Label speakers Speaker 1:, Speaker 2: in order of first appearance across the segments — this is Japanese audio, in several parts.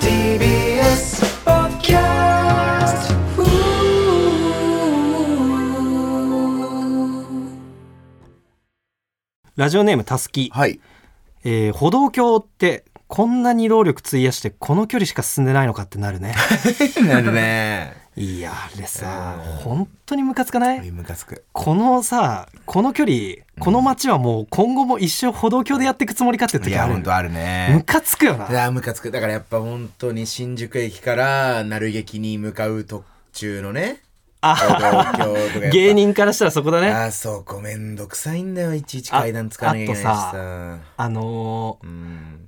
Speaker 1: TBS ポッドキャスト
Speaker 2: ラジオネームたすき、
Speaker 3: はい。
Speaker 2: えー歩道橋ってこんなに労力費やしてこの距離しか進んでないのかって なるね
Speaker 3: なるね。
Speaker 2: いやあれさ本当にムカつかない
Speaker 3: ムカつく。
Speaker 2: このさこの距離この街はもう今後も一生歩道橋でやっていくつもりかって
Speaker 3: い
Speaker 2: 時
Speaker 3: や、
Speaker 2: ある
Speaker 3: 本当ある
Speaker 2: ム
Speaker 3: ね。
Speaker 2: カつくよ
Speaker 3: い
Speaker 2: な
Speaker 3: や、ムカつく。だからやっぱ本当に新宿駅から鳴劇に向かう途中のね。あ
Speaker 2: 芸。人からしたらそこだね
Speaker 3: あそこめんどくさいんだよ。いちいち階段使わなきゃいけないし
Speaker 2: あと
Speaker 3: さ。
Speaker 2: あのー
Speaker 3: うん。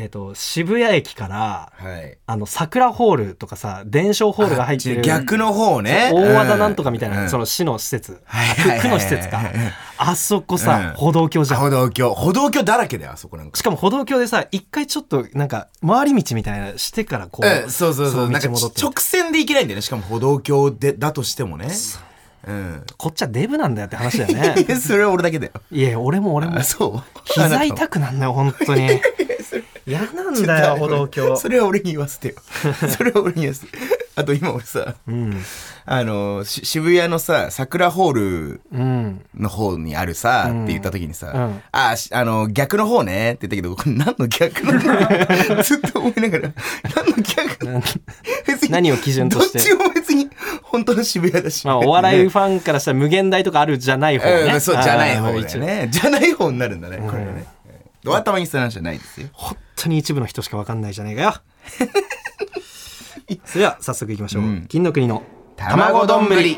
Speaker 2: えっ、と渋谷駅から
Speaker 3: はい。
Speaker 2: あの桜ホールとかさ伝承ホールが入ってる
Speaker 3: 逆の方ね。
Speaker 2: 大和田なんとかみたいな、
Speaker 3: うん
Speaker 2: その市の施設、
Speaker 3: はいはいはい
Speaker 2: 区の施設か、あそこさ、
Speaker 3: うん
Speaker 2: 歩道橋じゃん
Speaker 3: 歩道橋。歩道橋だらけだよ、あそこなんか
Speaker 2: し。かも歩道橋でさ一回ちょっとなんか回り道みたいなのしてからこう、
Speaker 3: うん、そうそうそう。な
Speaker 2: の
Speaker 3: ん
Speaker 2: 道
Speaker 3: か
Speaker 2: 戻って
Speaker 3: 直線で行けないんだよね。しかも歩道橋で、だとしてもね。 うん。
Speaker 2: こっちはデブなんだよって話だ よね
Speaker 3: それは俺だけだよ。
Speaker 2: いや俺も俺も
Speaker 3: あ、そう。
Speaker 2: 膝痛くなんだよ本 当に嫌なんだよ歩道橋
Speaker 3: それは俺に言わ せてよ。それは俺に言わせて。あと今俺さ、
Speaker 2: うん
Speaker 3: あの、し渋谷のさ、桜ホール
Speaker 2: うん
Speaker 3: の方にあるさ、
Speaker 2: うん
Speaker 3: って言った時にさ、
Speaker 2: うん
Speaker 3: あ、しあの、逆の方ねって言ったけど、これ何の逆な のずっと思いながら、何の逆なの別に
Speaker 2: 何を基準として
Speaker 3: どっちも別に、本当の渋谷だし。
Speaker 2: まあお笑い
Speaker 3: ね
Speaker 2: ファンからしたら無限大とかあるじゃない方ね、
Speaker 3: うん、そう、じゃない方だ
Speaker 2: あー一
Speaker 3: よ
Speaker 2: 応
Speaker 3: ね。じゃない方になるんだね、これはね。ドア玉にした話じゃないですよ。
Speaker 2: 本当に一部の人しか分かんないじゃね えかよそれでは早速いきましょう、
Speaker 3: うん
Speaker 2: 金の国の
Speaker 3: 卵丼ぶり。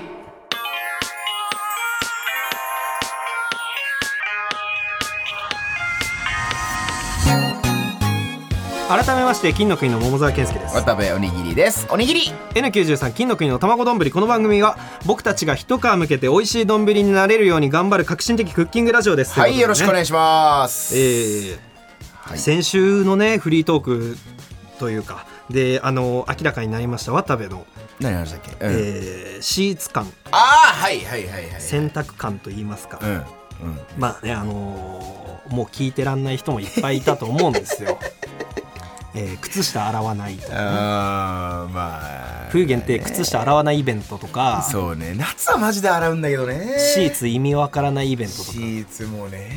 Speaker 2: 改めまして金の国の桃沢健介です
Speaker 3: 渡部おにぎりです。おにぎり
Speaker 2: N93 金の国の卵丼ぶりこの番組は僕たちが一皮向けて美味しい丼ぶりになれるように頑張る革新的クッキングラジオです
Speaker 3: はい、よろしくお願
Speaker 2: い
Speaker 3: い
Speaker 2: し
Speaker 3: します。
Speaker 2: えー
Speaker 3: はい
Speaker 2: 先週のねフリートークというかであの明らかになりました渡部の、
Speaker 3: 何話したっけ、
Speaker 2: え
Speaker 3: うん
Speaker 2: ーシーツ感
Speaker 3: ああ、はいはいはいはい。
Speaker 2: 洗濯感といいますか、
Speaker 3: うん。うん。
Speaker 2: まあねあのーもう聞いてらんない人もいっぱいいたと思うんで すよ、えー靴下洗わないとかね
Speaker 3: あーまあ。
Speaker 2: 冬限定靴下洗わないイベントとか
Speaker 3: そうね。夏はマジで洗うんだけどね。
Speaker 2: シーツ意味わからないイベントと
Speaker 3: シ
Speaker 2: か
Speaker 3: ーツもね。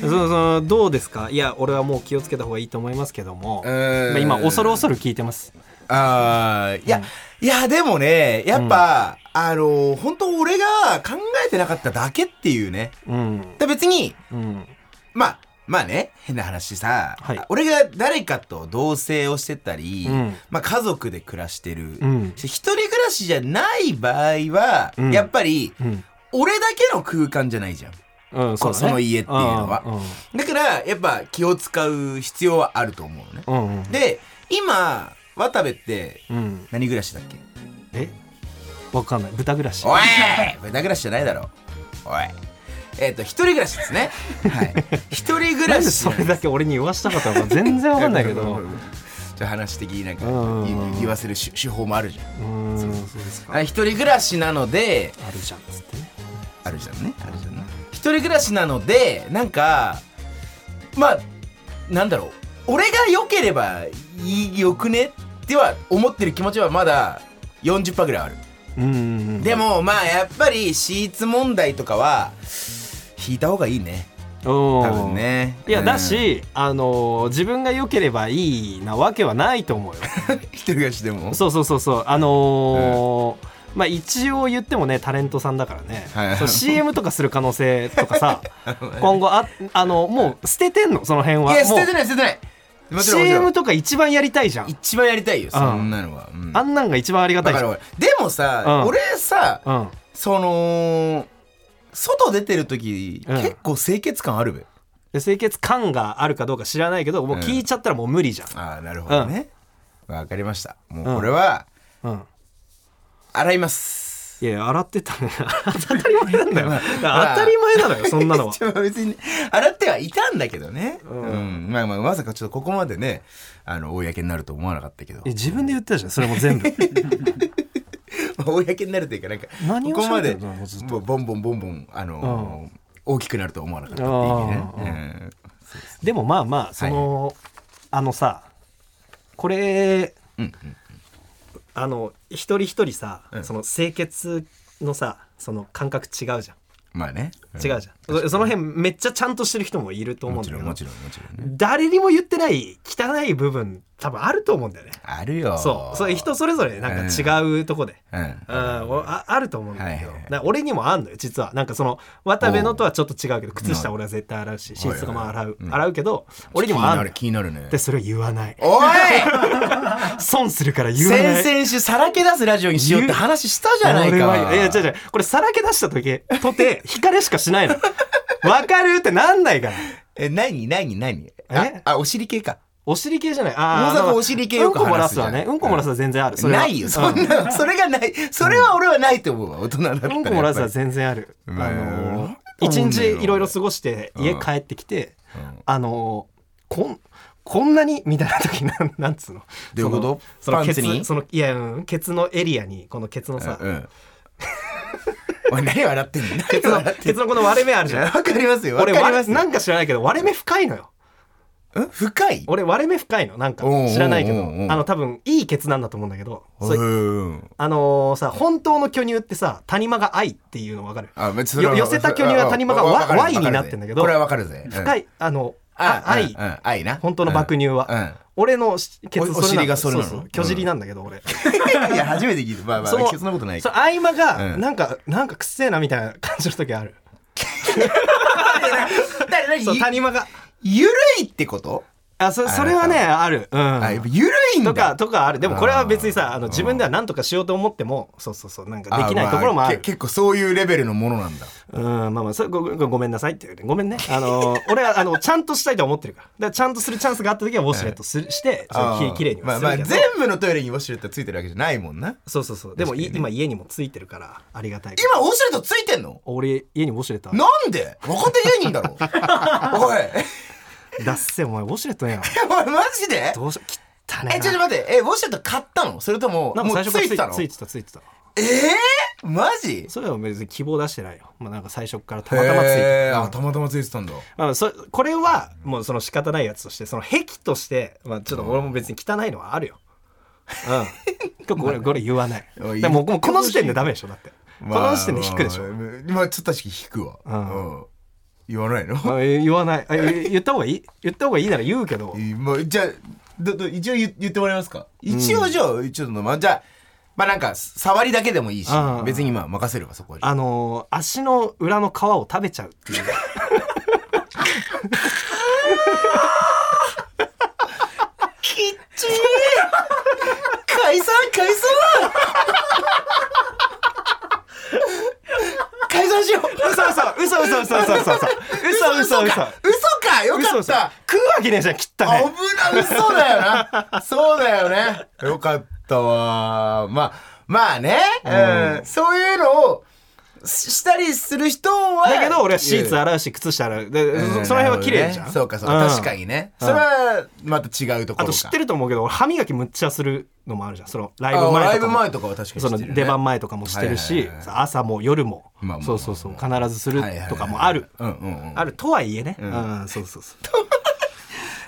Speaker 2: そのそのどうですかいや俺はもう気をつけた方がいいと思いますけども、
Speaker 3: う
Speaker 2: ま
Speaker 3: ん
Speaker 2: あ、今恐る恐る聞いてます
Speaker 3: ああ、いや、いや、でもね、やっぱ、あの、本当俺が考えてなかっただけっていうね。
Speaker 2: うん
Speaker 3: だ別に、
Speaker 2: うん
Speaker 3: まあ、まあね、変な話さ、
Speaker 2: はい
Speaker 3: 俺が誰かと同棲をしてたり、
Speaker 2: うん
Speaker 3: まあ家族で暮らしてる、
Speaker 2: うん
Speaker 3: 一人暮らしじゃない場合は、
Speaker 2: うん
Speaker 3: やっぱり、
Speaker 2: うん
Speaker 3: 俺だけの空間じゃないじゃん。
Speaker 2: うん
Speaker 3: こ
Speaker 2: だ
Speaker 3: その家っていうのは
Speaker 2: う
Speaker 3: だから、やっぱ気を使う必要はあると思うのね。
Speaker 2: んうんうん
Speaker 3: で、今、渡部って、
Speaker 2: うん
Speaker 3: 何暮らしだっけ
Speaker 2: えわかんない豚暮らし
Speaker 3: おい豚暮らしじゃないだろ。おい。えっ、と、一人暮らしですね。はい。一人暮
Speaker 2: な
Speaker 3: ら
Speaker 2: ん
Speaker 3: し。
Speaker 2: でそれだけ俺に言わしたかったのか全然わかんないけ
Speaker 3: ち
Speaker 2: ど
Speaker 3: ょっと話的になんか
Speaker 2: うんうんうん
Speaker 3: 言わせる手手法もあるじゃん
Speaker 2: うんそうですか
Speaker 3: あ一人暮らしなので
Speaker 2: あるじゃんっつってね
Speaker 3: あるじゃんねあるじゃんね一人暮らしなのでなんかまあなんだろう俺が良ければいいよくねっては思ってる気持ちはまだ40%ぐらいある
Speaker 2: うんうんうん
Speaker 3: でもまあやっぱりシーツ問題とかは引いた方がいいね
Speaker 2: 多
Speaker 3: 多分ね
Speaker 2: いや
Speaker 3: うん
Speaker 2: だし、あのー自分が良ければいいなわけはないと思 うよ
Speaker 3: 一人暮らしでも
Speaker 2: そうそうそうそうあのーまあ一応言ってもねタレントさんだからね、
Speaker 3: はい
Speaker 2: そう CM とかする可能性とか さ今後ああのもう捨ててんのその辺はい
Speaker 3: や捨てて
Speaker 2: も
Speaker 3: ない捨ててないうもちろんもちろん
Speaker 2: CM とか一番やりたいじゃん
Speaker 3: 一番やりたいよ
Speaker 2: うん
Speaker 3: そんなのは、うん
Speaker 2: あんなんが一番ありがた
Speaker 3: だ
Speaker 2: いじ
Speaker 3: か
Speaker 2: ゃん
Speaker 3: ら
Speaker 2: う
Speaker 3: 俺でもさ、
Speaker 2: うん
Speaker 3: 俺さ、
Speaker 2: ん
Speaker 3: その外出てる時、
Speaker 2: うん
Speaker 3: 結構清潔感あるべ
Speaker 2: で清潔感があるかどうか知らないけどもう聞いちゃったらもう無理じゃん、
Speaker 3: ああなるほどねわ、かりましたもううんこれは
Speaker 2: うん
Speaker 3: 洗います、
Speaker 2: いや洗ってたね当たり前なんだよ
Speaker 3: まあまあ
Speaker 2: 当たり前なのよそんなのは
Speaker 3: でも別に洗ってはいたんだけどね、うんんまあまあまさかちょっとここまでねあの公になると思わなかったけど
Speaker 2: いや自分で言ってたじゃんそれも全部
Speaker 3: まあ公になるというかなんか
Speaker 2: 何を
Speaker 3: ここま
Speaker 2: 喋
Speaker 3: で
Speaker 2: ってんのずっと
Speaker 3: もうボンボンボンボンあのー大きくなるとは思わなかったっていう意味ね、うん
Speaker 2: でもまあまあその、あのさこれ
Speaker 3: うん
Speaker 2: あの一人一人さ、
Speaker 3: うん
Speaker 2: その清潔のさその感覚違うじゃん
Speaker 3: まあね
Speaker 2: 違うじゃん、その辺めっちゃちゃんとしてる人もいると思
Speaker 3: も
Speaker 2: うんだ
Speaker 3: ち
Speaker 2: け
Speaker 3: ろ
Speaker 2: ど
Speaker 3: んもちろんもちろんね
Speaker 2: 誰にも言ってない汚い部分多分あると思うんだよね
Speaker 3: あるよ
Speaker 2: そうそれ人それぞれなんか違うとこで、
Speaker 3: うん
Speaker 2: うん、おああると思うんだけど、
Speaker 3: はいはいはい
Speaker 2: な俺にもあんのよ実はなんかその渡部のとはちょっと違うけど靴下俺は絶対洗う
Speaker 3: は
Speaker 2: し
Speaker 3: い
Speaker 2: 寝
Speaker 3: はい
Speaker 2: 室とかも洗う、
Speaker 3: うん
Speaker 2: 洗うけど俺にもあんのよ
Speaker 3: 気になる気になるね
Speaker 2: でそれを言わない
Speaker 3: おい
Speaker 2: 損するから言わない
Speaker 3: 先々週さらけ出すラジオにしようって話したじゃない
Speaker 2: 俺
Speaker 3: か
Speaker 2: はいや違う違うこれさらけ出した時とて惹かれしかしないのわかるってなんないから
Speaker 3: え何何何
Speaker 2: え
Speaker 3: ああお尻系か
Speaker 2: お尻系じゃないあ
Speaker 3: 大阪
Speaker 2: あの
Speaker 3: お尻系よく
Speaker 2: うんこ漏ら
Speaker 3: 話す
Speaker 2: す
Speaker 3: じゃん
Speaker 2: はねうんこ漏らすは全然あるそれは
Speaker 3: ないよそんなそれがないそれは俺はないと思うわ大人だったら
Speaker 2: うんこ漏らす
Speaker 3: や
Speaker 2: は
Speaker 3: っぱ
Speaker 2: 全然ある。あ
Speaker 3: ね
Speaker 2: の
Speaker 3: な
Speaker 2: ー
Speaker 3: んだ
Speaker 2: 一
Speaker 3: ろう
Speaker 2: 日いろいろ過ごして
Speaker 3: うん
Speaker 2: 家帰ってきて、
Speaker 3: うん
Speaker 2: あのーこんこんなに みたいな時なんなんつうの。
Speaker 3: どういうこと
Speaker 2: そ
Speaker 3: パ
Speaker 2: のそ
Speaker 3: ン
Speaker 2: の
Speaker 3: ツ
Speaker 2: ケ
Speaker 3: に
Speaker 2: ツそのいやうんケツのエリアにこのケツのさ、
Speaker 3: りうんうんおい何笑ってんの
Speaker 2: ケ
Speaker 3: 何
Speaker 2: ツの
Speaker 3: 笑って
Speaker 2: ケ
Speaker 3: ん
Speaker 2: ツのこの割れ目あるじ
Speaker 3: の
Speaker 2: ゃん。
Speaker 3: わかりますよわか
Speaker 2: 俺
Speaker 3: り
Speaker 2: 割
Speaker 3: ま
Speaker 2: れ
Speaker 3: すよ
Speaker 2: なんか知らないけど割れ目深いのよ。
Speaker 3: ん深い
Speaker 2: 俺割れ目深いのなんか
Speaker 3: おうおうおうおう
Speaker 2: 知らないけどあの多分いいケツなんだと思うんだけど。そう
Speaker 3: うん
Speaker 2: あのーさ本当の巨乳ってさ谷間が愛っていうの分かる。
Speaker 3: あ別
Speaker 2: よ寄せた巨乳は谷間がわ Y になってんだけど
Speaker 3: これはわかるぜ
Speaker 2: 深
Speaker 3: い
Speaker 2: いあのあ愛
Speaker 3: 愛な
Speaker 2: 本当の爆乳は。
Speaker 3: う
Speaker 2: 俺のしケ
Speaker 3: お
Speaker 2: ツれなの
Speaker 3: お尻がそれなの
Speaker 2: うう巨尻なんだけど俺、
Speaker 3: ん うんいや初めて聞いたまあまあ
Speaker 2: その
Speaker 3: そんなことない
Speaker 2: その合間が
Speaker 3: うん
Speaker 2: なんか、なんかくっせえなみたいな感じの時あるそう
Speaker 3: ゆ
Speaker 2: 谷間が
Speaker 3: ゆるいってこと
Speaker 2: あそそれはねあるうん
Speaker 3: あやっぱゆるいんだ
Speaker 2: とかとかあるでもこれは別に
Speaker 3: あー
Speaker 2: さあの自分では何とかしようと思ってもそうそうそうなんかできないところもあ
Speaker 3: ま
Speaker 2: る
Speaker 3: け結構そういうレベルのものなんだ
Speaker 2: うんまあまあそれごごごめんなさいって言うねごめんねあの 俺はあのちゃんとしたいと思ってるからだからちゃんとするチャンスがあった時はウォシュレットするしてちょっとききれいには
Speaker 3: ますあ
Speaker 2: る
Speaker 3: ま
Speaker 2: け
Speaker 3: あ全
Speaker 2: ど、
Speaker 3: 部のトイレにウォシュレットついてるわけじゃないもんな
Speaker 2: そうそうそうでもい
Speaker 3: 確かにね
Speaker 2: 今家にもついてるからありがたい
Speaker 3: 今ウォシュレットついてんの
Speaker 2: 俺家にウォシュレットある
Speaker 3: なんで若手芸人だろおい
Speaker 2: だっせお前ウォシュレットねえよ
Speaker 3: おいマジで
Speaker 2: どうしよう汚ねえな
Speaker 3: えちょっと待ってえウォシュレット買ったのそれとも
Speaker 2: なん
Speaker 3: も
Speaker 2: か
Speaker 3: う
Speaker 2: 最
Speaker 3: つ
Speaker 2: 初から
Speaker 3: いてたの
Speaker 2: ついてたついてた
Speaker 3: ええマジ
Speaker 2: それは別に希望出してないよまあなんか最初からたまたまついて
Speaker 3: え
Speaker 2: た
Speaker 3: あたまたまついてたんだ
Speaker 2: まあ、そこれはもうその仕方ないやつとしてその癖として、まあ、ちょっと俺も別に汚いのはあるよ うんこれこれ言わない
Speaker 3: おい
Speaker 2: でももうこの時点でダメでしょだって、この時点で引くでしょ、
Speaker 3: まあまあちょっと確かに引くわ
Speaker 2: うん
Speaker 3: うん言わないの
Speaker 2: まあえ言わないあえ言った方がいい言った方がいいなら言うけど
Speaker 3: えーまあ、じゃあどど一応言言ってもらえますか一応じゃあ、ちょっとまあじゃあまあなんか触りだけでもいいし
Speaker 2: ああ
Speaker 3: 別にまあ任せればそこは
Speaker 2: あのー足の裏の皮を食べちゃうっていう
Speaker 3: きっちい解散解散解散しよう
Speaker 2: 嘘嘘嘘嘘嘘嘘嘘嘘嘘嘘嘘
Speaker 3: か嘘かよか
Speaker 2: 嘘
Speaker 3: っ
Speaker 2: 嘘
Speaker 3: た
Speaker 2: 食うわけねえじゃん切 った
Speaker 3: 危
Speaker 2: ね
Speaker 3: な嘘だよなそうだよね よかったわまあまあね、うんそういうのをししたりする人は
Speaker 2: だけど俺はシーツ洗うし靴下洗うで、
Speaker 3: うん
Speaker 2: そその辺は綺麗じゃ
Speaker 3: なるほど
Speaker 2: ん、
Speaker 3: ねそうかそうか、
Speaker 2: ん
Speaker 3: 確かにねそれはまた違うとこ
Speaker 2: あ
Speaker 3: ろか
Speaker 2: と知ってると思うけど俺歯磨きむっちゃするのもあるじゃんそのライブ
Speaker 3: あ
Speaker 2: 前
Speaker 3: ライ
Speaker 2: とか
Speaker 3: ブ
Speaker 2: も
Speaker 3: 前とかは確かに知
Speaker 2: そ
Speaker 3: っ
Speaker 2: の
Speaker 3: てるね
Speaker 2: 出番前とかもしてるし、
Speaker 3: はいはいはい
Speaker 2: 朝も夜も、
Speaker 3: まあまあまあまあ
Speaker 2: そうそうそう必ずする
Speaker 3: はいはいはい
Speaker 2: とかもある、
Speaker 3: うんうんうん
Speaker 2: あるとはいえね、うんんそうそうそう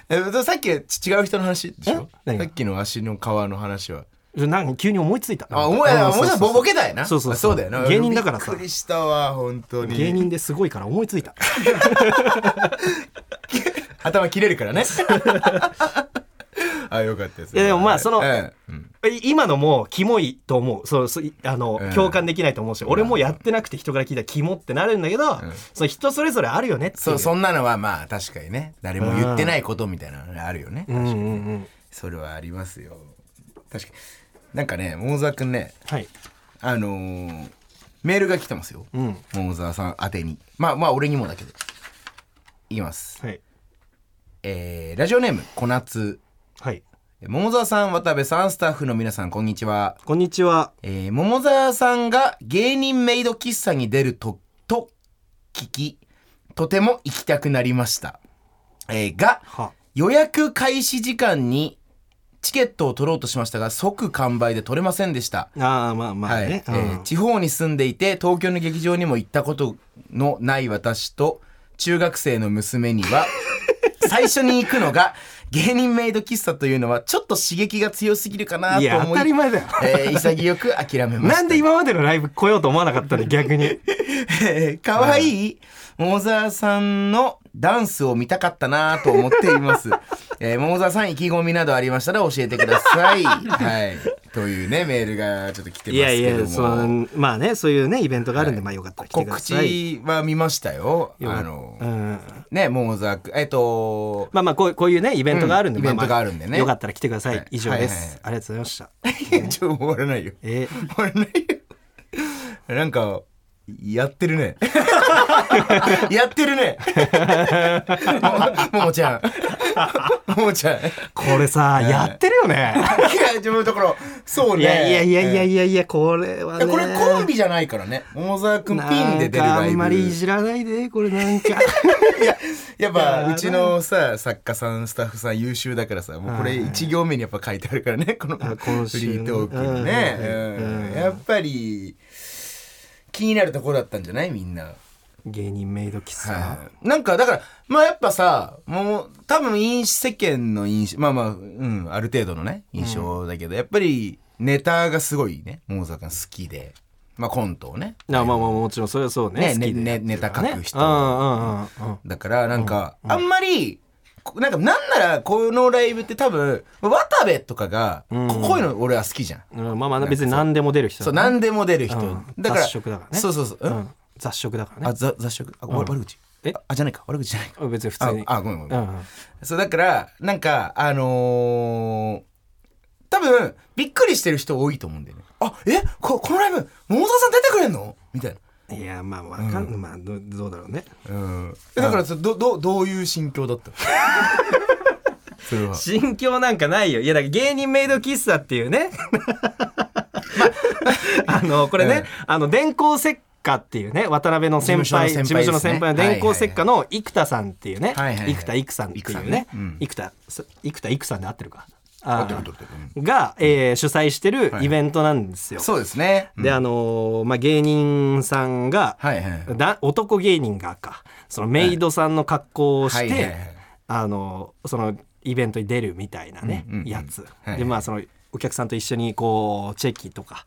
Speaker 3: えでもさっき違う人の話でしょ
Speaker 2: え何が
Speaker 3: さっきの足の皮の話は
Speaker 2: でなんか急に思いついた
Speaker 3: あ思い
Speaker 2: うん
Speaker 3: 思い
Speaker 2: そうそうそう
Speaker 3: ボボケだよな
Speaker 2: そうそう
Speaker 3: あ
Speaker 2: そう
Speaker 3: そうだよな
Speaker 2: 芸人だからさ
Speaker 3: びっくりしたわ本当に
Speaker 2: 芸人ですごいから思いついた
Speaker 3: 頭切れるから ねあよかったです
Speaker 2: いやでもまあその
Speaker 3: ええうん
Speaker 2: 今のもキモいと思うそうそういあの、
Speaker 3: うん
Speaker 2: 共感できないと思うし俺もやってなくて人から聞いたらキモってなるんだけど、その人それぞれあるよねっていう
Speaker 3: そうそんなのはまあ確かにね誰も言ってないことみたいなのあるよね、
Speaker 2: うんうんうん
Speaker 3: それはありますよ確かになんかね桃沢君ね
Speaker 2: はい
Speaker 3: あのーメールが来てますよ、
Speaker 2: うん
Speaker 3: 桃沢さん宛てにまあまあ俺にもだけどいきます
Speaker 2: はい
Speaker 3: えーラジオネーム小夏
Speaker 2: はい
Speaker 3: 桃沢さん渡部さんスタッフの皆さんこんにちは
Speaker 2: こんにちは
Speaker 3: えー桃沢さんが芸人メイド喫茶に出ると、と聞き、とても行きたくなりました。えーが、
Speaker 2: は
Speaker 3: 予約開始時間にチケットを取ろうとしましたが、即完売で取れませんでした。
Speaker 2: ああまあまあ
Speaker 3: はい、
Speaker 2: ね、
Speaker 3: えー地方に住んでいて、東京の劇 場にも行ったことのない私と、中学生の娘には、最初に行くのが芸人メイド喫茶というのはちょっと刺激が強すぎるかないと
Speaker 2: や当
Speaker 3: 思い
Speaker 2: たり前だよ
Speaker 3: えー潔く諦めました
Speaker 2: なんで今までのライブ来ようと思わなかったの逆 に
Speaker 3: えー可愛い桃沢さんのダンスを見たかったなと思ってい ます。えー桃沢さん意気込みなどありましたら教えてくださ い。はい。というね、メールがちょっと来て
Speaker 2: い
Speaker 3: ま
Speaker 2: や
Speaker 3: す
Speaker 2: い
Speaker 3: けども。
Speaker 2: やそのまあねそういうねイベントがあるんで、
Speaker 3: はい
Speaker 2: まあよかったら来てくだ
Speaker 3: 告
Speaker 2: さい
Speaker 3: 知は見ましたよ。
Speaker 2: よか
Speaker 3: あ
Speaker 2: っ
Speaker 3: の、
Speaker 2: うん
Speaker 3: ね、桃沢くん、えっ と、
Speaker 2: まあまあこうこういうねイベントがあるんで、
Speaker 3: うん
Speaker 2: まま
Speaker 3: イベントがあるんでね
Speaker 2: よかったら来てください、
Speaker 3: はい
Speaker 2: 以上です、
Speaker 3: はいはい
Speaker 2: ありがとうございました
Speaker 3: ちょ、終わらないよ。
Speaker 2: え
Speaker 3: 終わらないよ。なんか、やってる ね。やってるね。もももちゃん。ももちゃん。
Speaker 2: これさ、
Speaker 3: ええ
Speaker 2: やってるよね
Speaker 3: いや、自分のところ、そう
Speaker 2: い
Speaker 3: ね。
Speaker 2: やいやいやいや
Speaker 3: い
Speaker 2: いやいやこれはね
Speaker 3: これコンビじゃないからね。桃沢くんピンで出る
Speaker 2: なんか
Speaker 3: ライ
Speaker 2: あ
Speaker 3: ブ。
Speaker 2: んまりいじらないでこれな んか
Speaker 3: いや、やっ
Speaker 2: い
Speaker 3: ぱ、
Speaker 2: や
Speaker 3: うちのさ、作家さん、スタッフさん優秀だからさ、もうこれ一行目にやっぱ書いてあるからね、このフ
Speaker 2: あ
Speaker 3: リ
Speaker 2: 今週
Speaker 3: ートークのね。
Speaker 2: うん
Speaker 3: うんやっぱり、気になるところだったんじゃないみんな。
Speaker 2: 芸人メイド喫茶、
Speaker 3: はい、なんかだからまあやっぱさもう多分飲世間の印象まあまあ、うん、ある程度のね印象だけど、やっぱりネタがすごいね桃沢君好きで、まあ、コントをね
Speaker 2: あまあまあもちろんそれはそう
Speaker 3: ね
Speaker 2: ね好きで
Speaker 3: ねねネタ書く人
Speaker 2: ねうんうんうんうん
Speaker 3: だからなんか、あんまりこなんかなんならこのライブって多分渡部とかが、
Speaker 2: ん
Speaker 3: ここういうの俺は好きじゃん。
Speaker 2: うん、まあまあ別に何でも出る人
Speaker 3: そう
Speaker 2: だね
Speaker 3: 何でも出る人、
Speaker 2: うん
Speaker 3: だから
Speaker 2: 雑食だからね
Speaker 3: そうそうそう、うん
Speaker 2: うん雑食だから
Speaker 3: あ
Speaker 2: ね
Speaker 3: ざ雑食あ、悪口
Speaker 2: え
Speaker 3: あじゃないか悪口じゃないか
Speaker 2: 別に普
Speaker 3: あ
Speaker 2: 通に
Speaker 3: あごめんごめん、
Speaker 2: うんうん
Speaker 3: そうだからなんかあのー多分びっくりしてる人多いと思うんだよねあえここのライブ桃沢さん出てくれんのみたいない
Speaker 2: やまあわかん、まあどどうだろうね
Speaker 3: うんえだからそどどどういう心境だった そ れは
Speaker 2: 心境なんかないよいやだから芸人メイド喫茶っていうね あのこれね、
Speaker 3: ええ
Speaker 2: あの電光石火っていうね渡辺の先輩
Speaker 3: 事
Speaker 2: 事
Speaker 3: 務
Speaker 2: 務
Speaker 3: 所
Speaker 2: 所
Speaker 3: の
Speaker 2: の
Speaker 3: 先輩ですね
Speaker 2: 先輩の電光石火の生田さんっていうね、
Speaker 3: はいはいはい
Speaker 2: 生田育さんっていうね生田そ生田育さんで合ってるかあー
Speaker 3: 合ってる合ってる合ってる
Speaker 2: が、えー主催してるイベントなんですよ。
Speaker 3: そうですね
Speaker 2: であのーまあ、芸人さんが、
Speaker 3: はいはい
Speaker 2: だ男芸人がかそのメイドさんの格好をして、
Speaker 3: はいはいはいはい
Speaker 2: あのそのイベントに出るみたいなね、やつ、
Speaker 3: はい
Speaker 2: でまあそのお客さんと一緒にこうチェキとか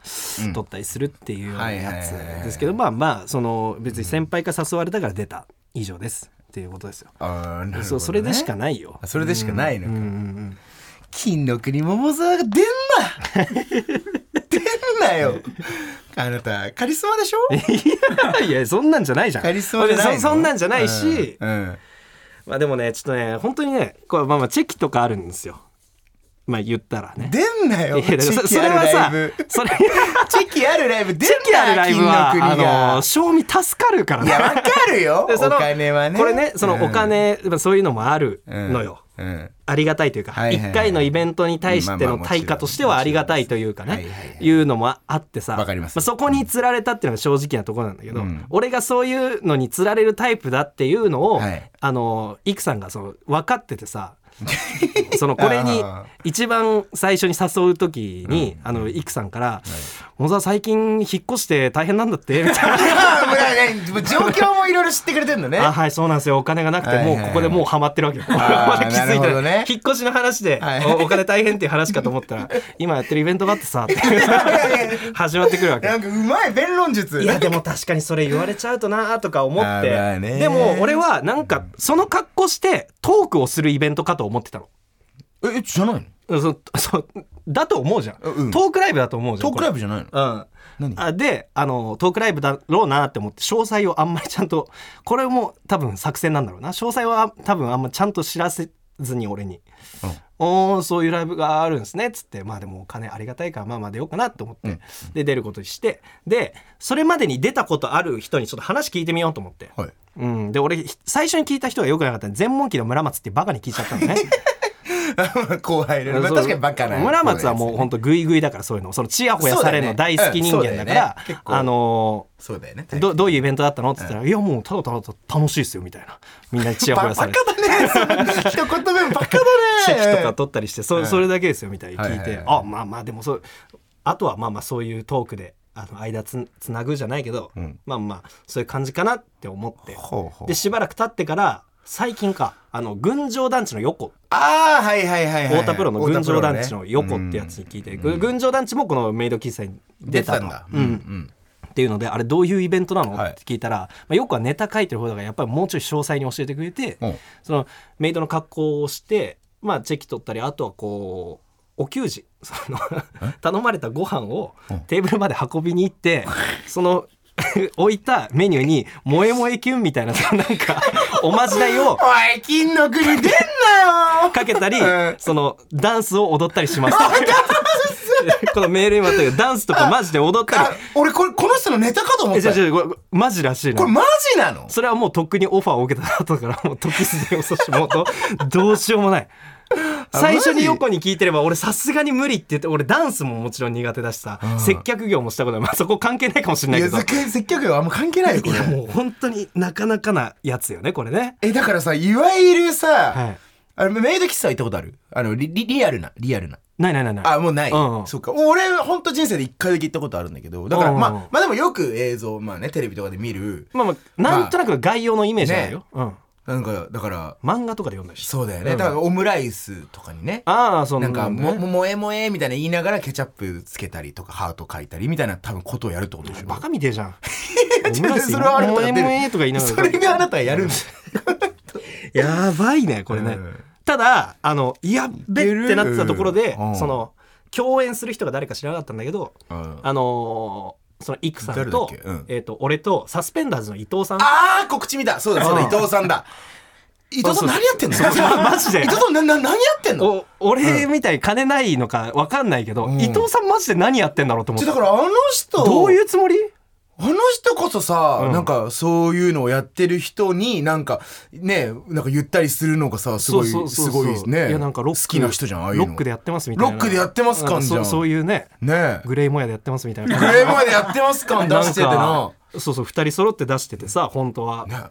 Speaker 2: 取ったりするっていうようなやつ
Speaker 3: はいはいはいはい
Speaker 2: ですけどまあまあその別に先輩から誘われたから出た以上ですっていうことですよ。
Speaker 3: あーなるほどね
Speaker 2: そうそれでしかないよ
Speaker 3: あ。それでしかないのか金の国桃沢が出んな 出んなよあなたカリスマでしょ
Speaker 2: いやそんなんじゃないじゃん。
Speaker 3: カリスマじゃないの
Speaker 2: そそんなんじゃないし、
Speaker 3: うんうん
Speaker 2: まあでもねちょっとね本当にねこれまあまあチェキとかあるんですよ。まあ言ったらね。
Speaker 3: 出んなよ。
Speaker 2: いやだから
Speaker 3: チェ
Speaker 2: そ
Speaker 3: キ
Speaker 2: それ
Speaker 3: ある
Speaker 2: は
Speaker 3: ライ
Speaker 2: さ
Speaker 3: ブ。
Speaker 2: そ れ。
Speaker 3: チェキあるライブ出ん
Speaker 2: チ
Speaker 3: な
Speaker 2: ェキあるライブは、
Speaker 3: 金の
Speaker 2: あ
Speaker 3: 国が。
Speaker 2: の、賞味助かるから
Speaker 3: いや、わ
Speaker 2: ね。
Speaker 3: かるよ。
Speaker 2: でそ
Speaker 3: お
Speaker 2: の
Speaker 3: 金はね。
Speaker 2: これね、そのお
Speaker 3: うん
Speaker 2: 金、まあそういうのもあるのよ。。
Speaker 3: うん
Speaker 2: ありがたいというか、
Speaker 3: はいはいはい
Speaker 2: 1回のイベントに対して
Speaker 3: まあ
Speaker 2: の
Speaker 3: まあもちろん
Speaker 2: 対価としてはありがたいというかね、
Speaker 3: はいいはいはいう
Speaker 2: のもあってさ
Speaker 3: わかります
Speaker 2: あ、そこに釣られたっていうのが正直なところなんだけど、
Speaker 3: うん
Speaker 2: 俺がそういうのに釣られるタイプだっていうのを、
Speaker 3: はい
Speaker 2: あのイクさんがその分かっててさ そのこれに
Speaker 3: あー
Speaker 2: 一番最初に誘う時に、あのイクさんから「小、沢最近引っ越して大変なんだって」みたいな。
Speaker 3: ああ、もう何もう状況もいろいろ知ってくれてんのね。
Speaker 2: あはいそうなんですよお金がなくて
Speaker 3: はいはい
Speaker 2: もう
Speaker 3: はい
Speaker 2: ここでもうハマってるわけよ俺
Speaker 3: ー
Speaker 2: まだ気づい
Speaker 3: なるほど
Speaker 2: てな
Speaker 3: ね
Speaker 2: い引っ越しの話で
Speaker 3: はい
Speaker 2: おお金大変っていう話かと思ったら 今やってるイベントがあってさって始まってくるわけ
Speaker 3: なんかうまい弁論術。
Speaker 2: いやでも確かにそれ言われちゃうとなーとか思 っ
Speaker 3: あーまあ
Speaker 2: て
Speaker 3: ね
Speaker 2: でも俺はなんかその格好してトークをするイベントかと思ってたの
Speaker 3: え、じゃないの
Speaker 2: うんそそうだと思うじゃん
Speaker 3: うん
Speaker 2: トークライブだと思うじゃん
Speaker 3: トークライ
Speaker 2: ブ
Speaker 3: ブじゃないの
Speaker 2: うん
Speaker 3: 何
Speaker 2: あであのトークライブだろうなって思って詳細をあんまりちゃんとこれも多分作戦なんだろうな詳細は多分あんまちゃんと知らせずに俺に
Speaker 3: うん
Speaker 2: 「おおそういうライブがあるんですね」っつってまあでもお金ありがたいからまあまあ出ようかなと思って、で出ることにしてでそれまでに出たことある人にちょっと話聞いてみようと思って、
Speaker 3: はい。
Speaker 2: うん、で俺最初に聞いた人がよくなかったんで全問記の村松っていうバカに聞いちゃった のね。
Speaker 3: 後輩で。まあ確かにバカな。
Speaker 2: 村松はもう本当グイグイだからそういうのそのチヤホヤされるの大好き人間だから
Speaker 3: そうだよねうんそうだよね結構
Speaker 2: あのー
Speaker 3: そうだよね。
Speaker 2: どどういうイベントだったのって言ったら「いやもうただただ楽しいですよ」みたい なみんなにチヤホ
Speaker 3: バ
Speaker 2: ヤ
Speaker 3: バ
Speaker 2: さ
Speaker 3: カ
Speaker 2: れて
Speaker 3: だね。一 言目もバカ
Speaker 2: チ
Speaker 3: だね。
Speaker 2: ェキとか取ったりしてそそれだけですよみたいに聞い
Speaker 3: はい
Speaker 2: て
Speaker 3: はいは
Speaker 2: あまあまあでもそうあとはまあまあそういうトークであの間つつなぐじゃないけどまあまあそういう感じかなって思って
Speaker 3: ほうほう
Speaker 2: でしばらく経ってから最近かあの群青団地の横
Speaker 3: ああはいはいはいはい
Speaker 2: 太田プロの群青団地の横
Speaker 3: ね
Speaker 2: ってやつに聞いて、群青団地もこのメイド喫茶に出
Speaker 3: 出
Speaker 2: た
Speaker 3: た
Speaker 2: と
Speaker 3: んだ
Speaker 2: うんっていうのであれどういうイベントなの、
Speaker 3: はい
Speaker 2: って聞いたら、まあ、よくはネタ書いてる方だからやっぱりもうちょい詳細に教えてくれて、
Speaker 3: うん
Speaker 2: そのメイドの格好をして、まあ、チェキ取ったりあとはこうお給仕 その頼まれたご飯を
Speaker 3: うん
Speaker 2: テーブルまで運びに行って、その 置いたメニューに「萌え萌えキュン」みたいな そのなんかおまじないを
Speaker 3: おい金の国出んなよ
Speaker 2: かけたり、
Speaker 3: うん
Speaker 2: そのダンスを踊ったりしますこのメールにもあったけどダンスとかマジで踊ったり
Speaker 3: あ俺これこの人のネタかと思
Speaker 2: え
Speaker 3: った
Speaker 2: 違う
Speaker 3: こ
Speaker 2: 違うこれマジらしいな
Speaker 3: れマジなの
Speaker 2: それはもうとっくにオファーを受けた後からもう時すで遅しもう とどうしようもない
Speaker 3: あ
Speaker 2: 最初
Speaker 3: マ
Speaker 2: に
Speaker 3: ジ
Speaker 2: 横に聞いてれば俺さすがに無理って言って俺ダンスももちろん苦手だしさ、
Speaker 3: うん
Speaker 2: 接客業もしたことない、まあ、そこ関係ないかもしれないい
Speaker 3: や
Speaker 2: けどい
Speaker 3: 接接客業あんま関係ないよこ
Speaker 2: や
Speaker 3: れ
Speaker 2: もう本当になかなかなやつよねこれね
Speaker 3: えだからさいわゆるさ、
Speaker 2: はい
Speaker 3: あのメイド喫茶行ったことあるあのリリリアルなリアルな
Speaker 2: ないないないない
Speaker 3: あもうない、
Speaker 2: うんうん
Speaker 3: そうか俺ほんと人生で一回だけ行ったことあるんだけどだから、
Speaker 2: うんうん
Speaker 3: まあまあでもよく映像まあねテレビとかで見る
Speaker 2: まあまあなんとなく概要のイメージあるよ、
Speaker 3: なんかだから
Speaker 2: うん、漫画とかで読んだりして
Speaker 3: そうだよね、
Speaker 2: うん
Speaker 3: だからオムライスとかにね
Speaker 2: ああそん
Speaker 3: なんか
Speaker 2: ね
Speaker 3: も「ももえもえ」みたいな言いながらケチャップつけたりとかハート書いたりみたいな多分ことをやるってことでしょ
Speaker 2: バカみてえ じゃん
Speaker 3: 違うそれはあなた
Speaker 2: も
Speaker 3: が
Speaker 2: え
Speaker 3: 出る
Speaker 2: もえとか言いながら
Speaker 3: それがあなたがやるんだよ
Speaker 2: やばいねこれね、
Speaker 3: うん
Speaker 2: ただあのやっべってなってたところで、
Speaker 3: うん
Speaker 2: その共演する人が誰か知らなかったんだけど、
Speaker 3: うん
Speaker 2: あのーそのイクさん
Speaker 3: 誰だっ
Speaker 2: と,、
Speaker 3: けうん
Speaker 2: えー、と俺とサスペンダーズの伊藤さん
Speaker 3: あー告知見たそうだそうだ
Speaker 2: うん
Speaker 3: 伊藤さん だ伊藤さん何やってんの
Speaker 2: マジで
Speaker 3: 伊藤さんなな何やってんの
Speaker 2: お俺みたいに金ないのか分かんないけど、
Speaker 3: うん
Speaker 2: 伊藤さんマジで何やってんだろうと思っ
Speaker 3: ちょ
Speaker 2: て
Speaker 3: だからあの人
Speaker 2: どういうつもり
Speaker 3: あの人こそさ、
Speaker 2: うん
Speaker 3: なんかそういうのをやってる人になんかねなんか言ったりするのがさすごい
Speaker 2: そうそう
Speaker 3: す
Speaker 2: そうそう
Speaker 3: ごいね
Speaker 2: いやなんかロック
Speaker 3: 好きな人じゃんああいうの
Speaker 2: ロックでやってますみたいな
Speaker 3: ロックでやってます感じゃん
Speaker 2: なんそうそういうね
Speaker 3: ねえ
Speaker 2: グレイモヤでやってますみたいな
Speaker 3: グレーまでやってます感出しててな
Speaker 2: かそうそう2人揃って出しててさ本当は
Speaker 3: ねえ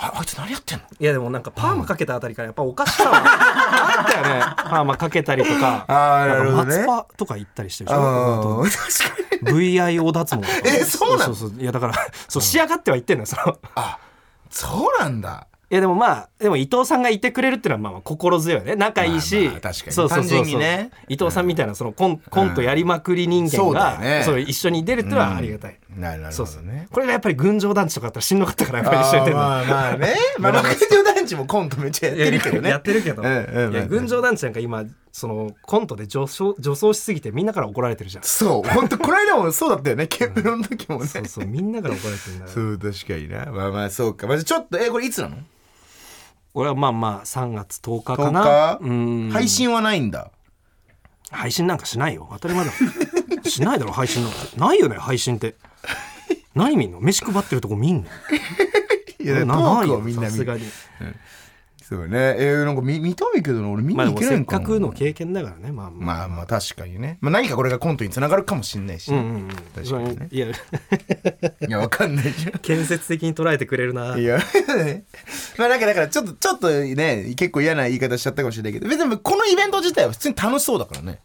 Speaker 3: ああいつ何やってんの
Speaker 2: いやでもなんかパーマかけたあたりからやっぱおかしさはあったよねパーマかけたりとか
Speaker 3: あーなるほどね
Speaker 2: やっぱ松葉とか行ったりしてるで
Speaker 3: あ
Speaker 2: しょ
Speaker 3: ー確かに
Speaker 2: VIO 脱毛とか
Speaker 3: えそうなの
Speaker 2: そうそういやだから そう仕上がっては言ってんのよその
Speaker 3: あそうなんだ
Speaker 2: いやでもまあでも伊藤さんがいてくれるっていうのはまあまあ心強いよね仲いいし、
Speaker 3: まあまあ確かに
Speaker 2: そうそうそうそ
Speaker 3: 単
Speaker 2: う
Speaker 3: 純にね
Speaker 2: 伊藤さんみたいなそのコン,、コントやりまくり人間
Speaker 3: う
Speaker 2: が、
Speaker 3: んそうだよね
Speaker 2: そう一緒に出るっていうのはありがたい、
Speaker 3: なるなる
Speaker 2: そ
Speaker 3: ほ
Speaker 2: うそ
Speaker 3: ど
Speaker 2: う
Speaker 3: ね
Speaker 2: これがやっぱり群青団地とかだったらしんどかったからやっぱり一緒に
Speaker 3: あー
Speaker 2: 出るの
Speaker 3: まあまあね まあ
Speaker 2: まあ
Speaker 3: 六十団地もコントめっちゃやってるけどね
Speaker 2: やってるけど、
Speaker 3: うんうんうん
Speaker 2: いや群青団地なんか今そのコントで女装女装しすぎてみんなから怒られてるじゃん
Speaker 3: そ
Speaker 2: そ
Speaker 3: う本当この間もそうだったよねケンプロの時もね
Speaker 2: うそうみんなから怒られてるんだ よ
Speaker 3: そう確かになまあまあそうかまあじゃあちょっとえこれいつなの
Speaker 2: 俺はまあまあ3月10日かな
Speaker 3: 10
Speaker 2: うん
Speaker 3: 日配信はないんだ
Speaker 2: 配信なんかしないよ当たり前だろしないだろ配信なんかないよね配信って何見んの飯配ってるとこ見ん
Speaker 3: い
Speaker 2: のい
Speaker 3: トークを
Speaker 2: さすがに
Speaker 3: そうねえーなんか見見たいけどな俺見に
Speaker 2: まあで
Speaker 3: 行
Speaker 2: も
Speaker 3: けな
Speaker 2: せっ
Speaker 3: いんか
Speaker 2: か
Speaker 3: な
Speaker 2: くの経験だからねまあまあ
Speaker 3: まあまあ確かにねまあ何かこれがコントにつながるかもしんないし
Speaker 2: うんうんうん
Speaker 3: 確かにね
Speaker 2: いや
Speaker 3: いやわかんないじゃん
Speaker 2: 建設的に捉えてくれるない
Speaker 3: や、 まあなんかだからちょっと、ちょっとね、結構嫌な言い方しちゃったかもしれないけど、別にこのイベント自体は普通に楽しそうだからね。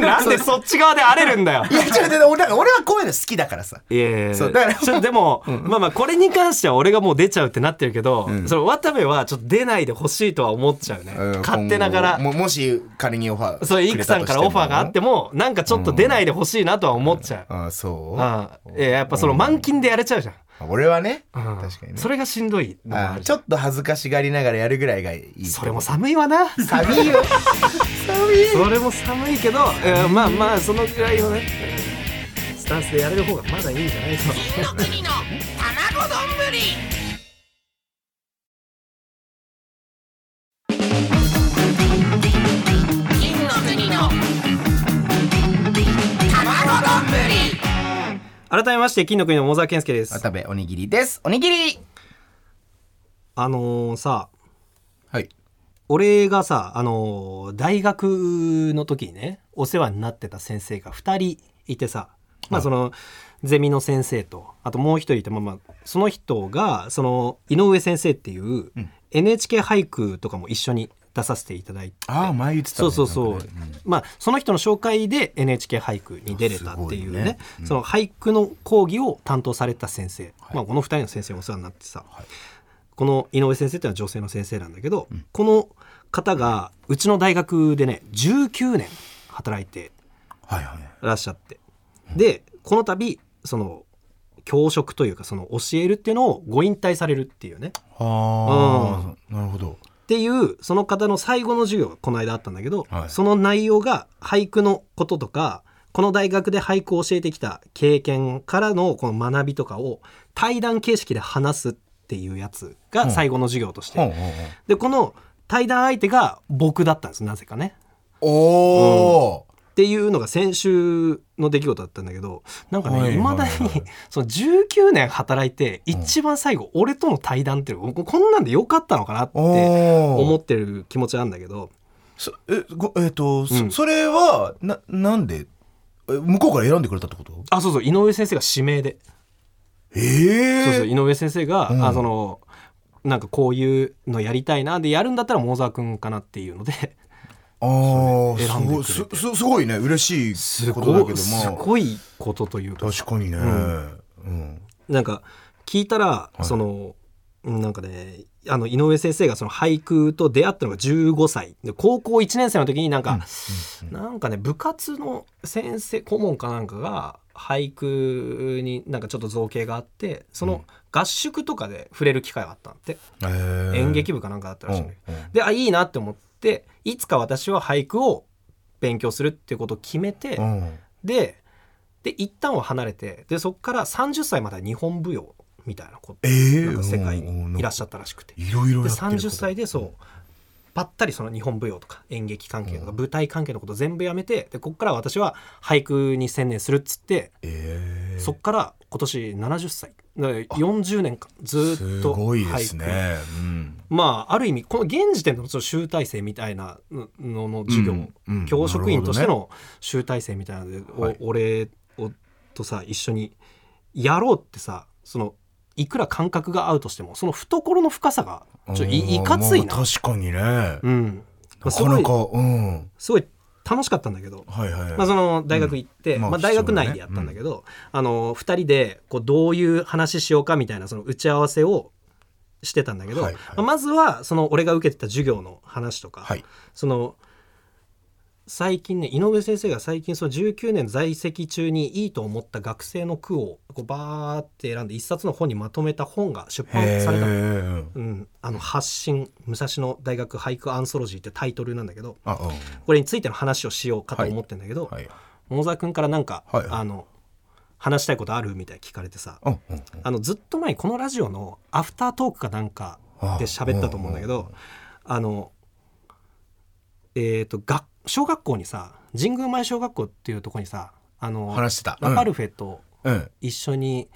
Speaker 2: なんでそっち側で荒れるんだよ
Speaker 3: いや、ちょっと、俺だから俺はこういうの好きだからさ。
Speaker 2: いやいやいや
Speaker 3: そうだから
Speaker 2: ちょっとでも、まあまあこれに関しては俺がもう出ちゃうってなってるけど、
Speaker 3: ん
Speaker 2: その渡部はちょっと出ないでほしいとは思っちゃうね、
Speaker 3: うん
Speaker 2: 勝手なが
Speaker 3: 今
Speaker 2: ら
Speaker 3: 後ももし仮にオファー。
Speaker 2: そうイクさんからオファーがあって
Speaker 3: も。
Speaker 2: もなんかちょっと出ないでほしいなとは思っちゃう、
Speaker 3: ああ、そう
Speaker 2: ああいややっぱその満勤でやれちゃうじゃん、
Speaker 3: 俺はね、
Speaker 2: うん
Speaker 3: 確かにね。
Speaker 2: それがしんどいのも
Speaker 3: あ
Speaker 2: あ
Speaker 3: あ
Speaker 2: る
Speaker 3: ちょっと恥ずかしがりながらやるぐらいがいい。
Speaker 2: それも寒いわな
Speaker 3: 寒いよ。寒い。
Speaker 2: それも寒いけど、えーまあまあそのぐらいのねスタンスでやれる方がまだいいんじゃないか
Speaker 4: 金の国の卵丼ぶり金の国の卵丼ぶり
Speaker 2: 改めまして金の国の桃沢健介です
Speaker 3: 渡部おにぎりです。おにぎり
Speaker 2: あのーさ
Speaker 3: はい。
Speaker 2: 俺がさあのー大学の時にねお世話になってた先生が2人いてさ、まあ、そのゼミの先生とあともう一人いて、まあ、まあその人がその井上先生っていう
Speaker 3: うん
Speaker 2: NHK 俳句とかも一緒に出させていただいて、
Speaker 3: ああ、前言ってた
Speaker 2: そ
Speaker 3: ね
Speaker 2: うそうそう、
Speaker 3: なんかねん
Speaker 2: まあその人の紹介で NHK 俳句に出れたってい
Speaker 3: す
Speaker 2: う
Speaker 3: ご
Speaker 2: ね
Speaker 3: いねうん
Speaker 2: その俳句の講義を担当された先生、まあ、この2人の先生にお世話になってさ、この井上先生っていうのは女性の先生なんだけど、この方がうちの大学でね19年働いて
Speaker 3: はいはい
Speaker 2: らっしゃってでこの度その教職というかその教えるっていうのをご引退されるっていうね
Speaker 3: ああなるほど
Speaker 2: っていうその方の最後の授業がこの間あったんだけど、
Speaker 3: はい
Speaker 2: その内容が俳句のこととかこの大学で俳句を教えてきた経験からのこの学びとかを対談形式で話すっていうやつが最後の授業として、
Speaker 3: ほうほう
Speaker 2: でこの対談相手が僕だったんですなぜかね。
Speaker 3: ほうお
Speaker 2: っていうのが先週の出来事だったんだけどなんか
Speaker 3: は
Speaker 2: ね
Speaker 3: い
Speaker 2: い
Speaker 3: は
Speaker 2: ま
Speaker 3: い
Speaker 2: だ
Speaker 3: はい
Speaker 2: にその19年働いて一番最後俺との対談っていうのがこんなんでよかったのかなっ
Speaker 3: お
Speaker 2: て思
Speaker 3: お
Speaker 2: ってる気持ちなんだけど
Speaker 3: そえごえっと
Speaker 2: う
Speaker 3: そ
Speaker 2: ん
Speaker 3: それはななんでえ向こうから選んでくれたってこと
Speaker 2: あそうそう井上先生が指名で、
Speaker 3: ええ
Speaker 2: そうそう井上先生が、
Speaker 3: うん
Speaker 2: あそのなんかこういうのやりたいなでやるんだったら桃沢君かなっていうので
Speaker 3: ああ
Speaker 2: 選んでくれて
Speaker 3: すごいすすすごいね嬉しい
Speaker 2: す
Speaker 3: ことだ
Speaker 2: ご
Speaker 3: け
Speaker 2: い
Speaker 3: ど
Speaker 2: す
Speaker 3: も
Speaker 2: ごいことというか
Speaker 3: 確かにね、うん
Speaker 2: なんか聞いたら、
Speaker 3: い
Speaker 2: そのなんかねあの井上先生がその俳句と出会ったのが15歳で高校1年生の時になんか、なんかね部活の先生顧問かなんかが俳句になんかちょっと造形があってその合宿とかで触れる機会があったんだって。
Speaker 3: えー
Speaker 2: 演劇部かなんかだったらしいのよ、
Speaker 3: うんうん
Speaker 2: であいいなって思っていつか私は俳句を勉強するっていうことを決めて、
Speaker 3: うん
Speaker 2: でで一旦は離れてでそこから30歳までは日本舞踊みたいなこ
Speaker 3: え
Speaker 2: と、
Speaker 3: ー
Speaker 2: なんか世界
Speaker 3: うんうん
Speaker 2: にいらっしゃったらしくて、
Speaker 3: いろいろ
Speaker 2: で
Speaker 3: やってる
Speaker 2: 30歳でそうばったりその日本舞踊とか演劇関係とか舞台関係のこと全部やめてでここから私は俳句に専念するっつって
Speaker 3: え
Speaker 2: そこから今年70歳だから40年間ず
Speaker 3: ー
Speaker 2: ー
Speaker 3: す
Speaker 2: っと
Speaker 3: ごいで
Speaker 2: 俳句
Speaker 3: すね、うん、
Speaker 2: まあある意味この現時点でのその集大成みたいなののの授業、
Speaker 3: うんうん
Speaker 2: 教職員としての集大成みたいなので、お
Speaker 3: はい
Speaker 2: 俺をとさ一緒にやろうってさそのいくら感覚が合うとしてもその懐の深さがちょっといいかついな、
Speaker 3: まあ確かにね、
Speaker 2: うんまあ
Speaker 3: な
Speaker 2: す
Speaker 3: か
Speaker 2: ご
Speaker 3: ないかうん
Speaker 2: すごい楽しかったんだけど、
Speaker 3: はいはい、
Speaker 2: まあ、その大学行って、
Speaker 3: うんま
Speaker 2: ま
Speaker 3: あ
Speaker 2: あ、大学内でやったんだけど、あの2人でこうどういう話しようかみたいなその打ち合わせをしてたんだけど、
Speaker 3: はいはい
Speaker 2: まあまずはその俺が受けてた授業の話とか、
Speaker 3: はい
Speaker 2: その最近ね井上先生が最近その19年在籍中にいいと思った学生の句をこうバーって選んで一冊の本にまとめた本が出版されたの。
Speaker 3: へえ
Speaker 2: うん、あの発信武蔵野大学俳句アンソロジーってタイトルなんだけど
Speaker 3: あうん
Speaker 2: これについての話をしようかと思ってんだけど、
Speaker 3: はい
Speaker 2: 桃沢君からなんか、
Speaker 3: はい
Speaker 2: あの話したいことあるみたいに聞かれてさ、
Speaker 3: うんうん
Speaker 2: あのずっと前にこのラジオのアフタートークかなんかで喋ったと思うんだけどあのえっ、とが小学校にさ神宮前小学校っていうとこにさあの
Speaker 3: 話してた
Speaker 2: ラパルフェと
Speaker 3: うんうん
Speaker 2: 一緒に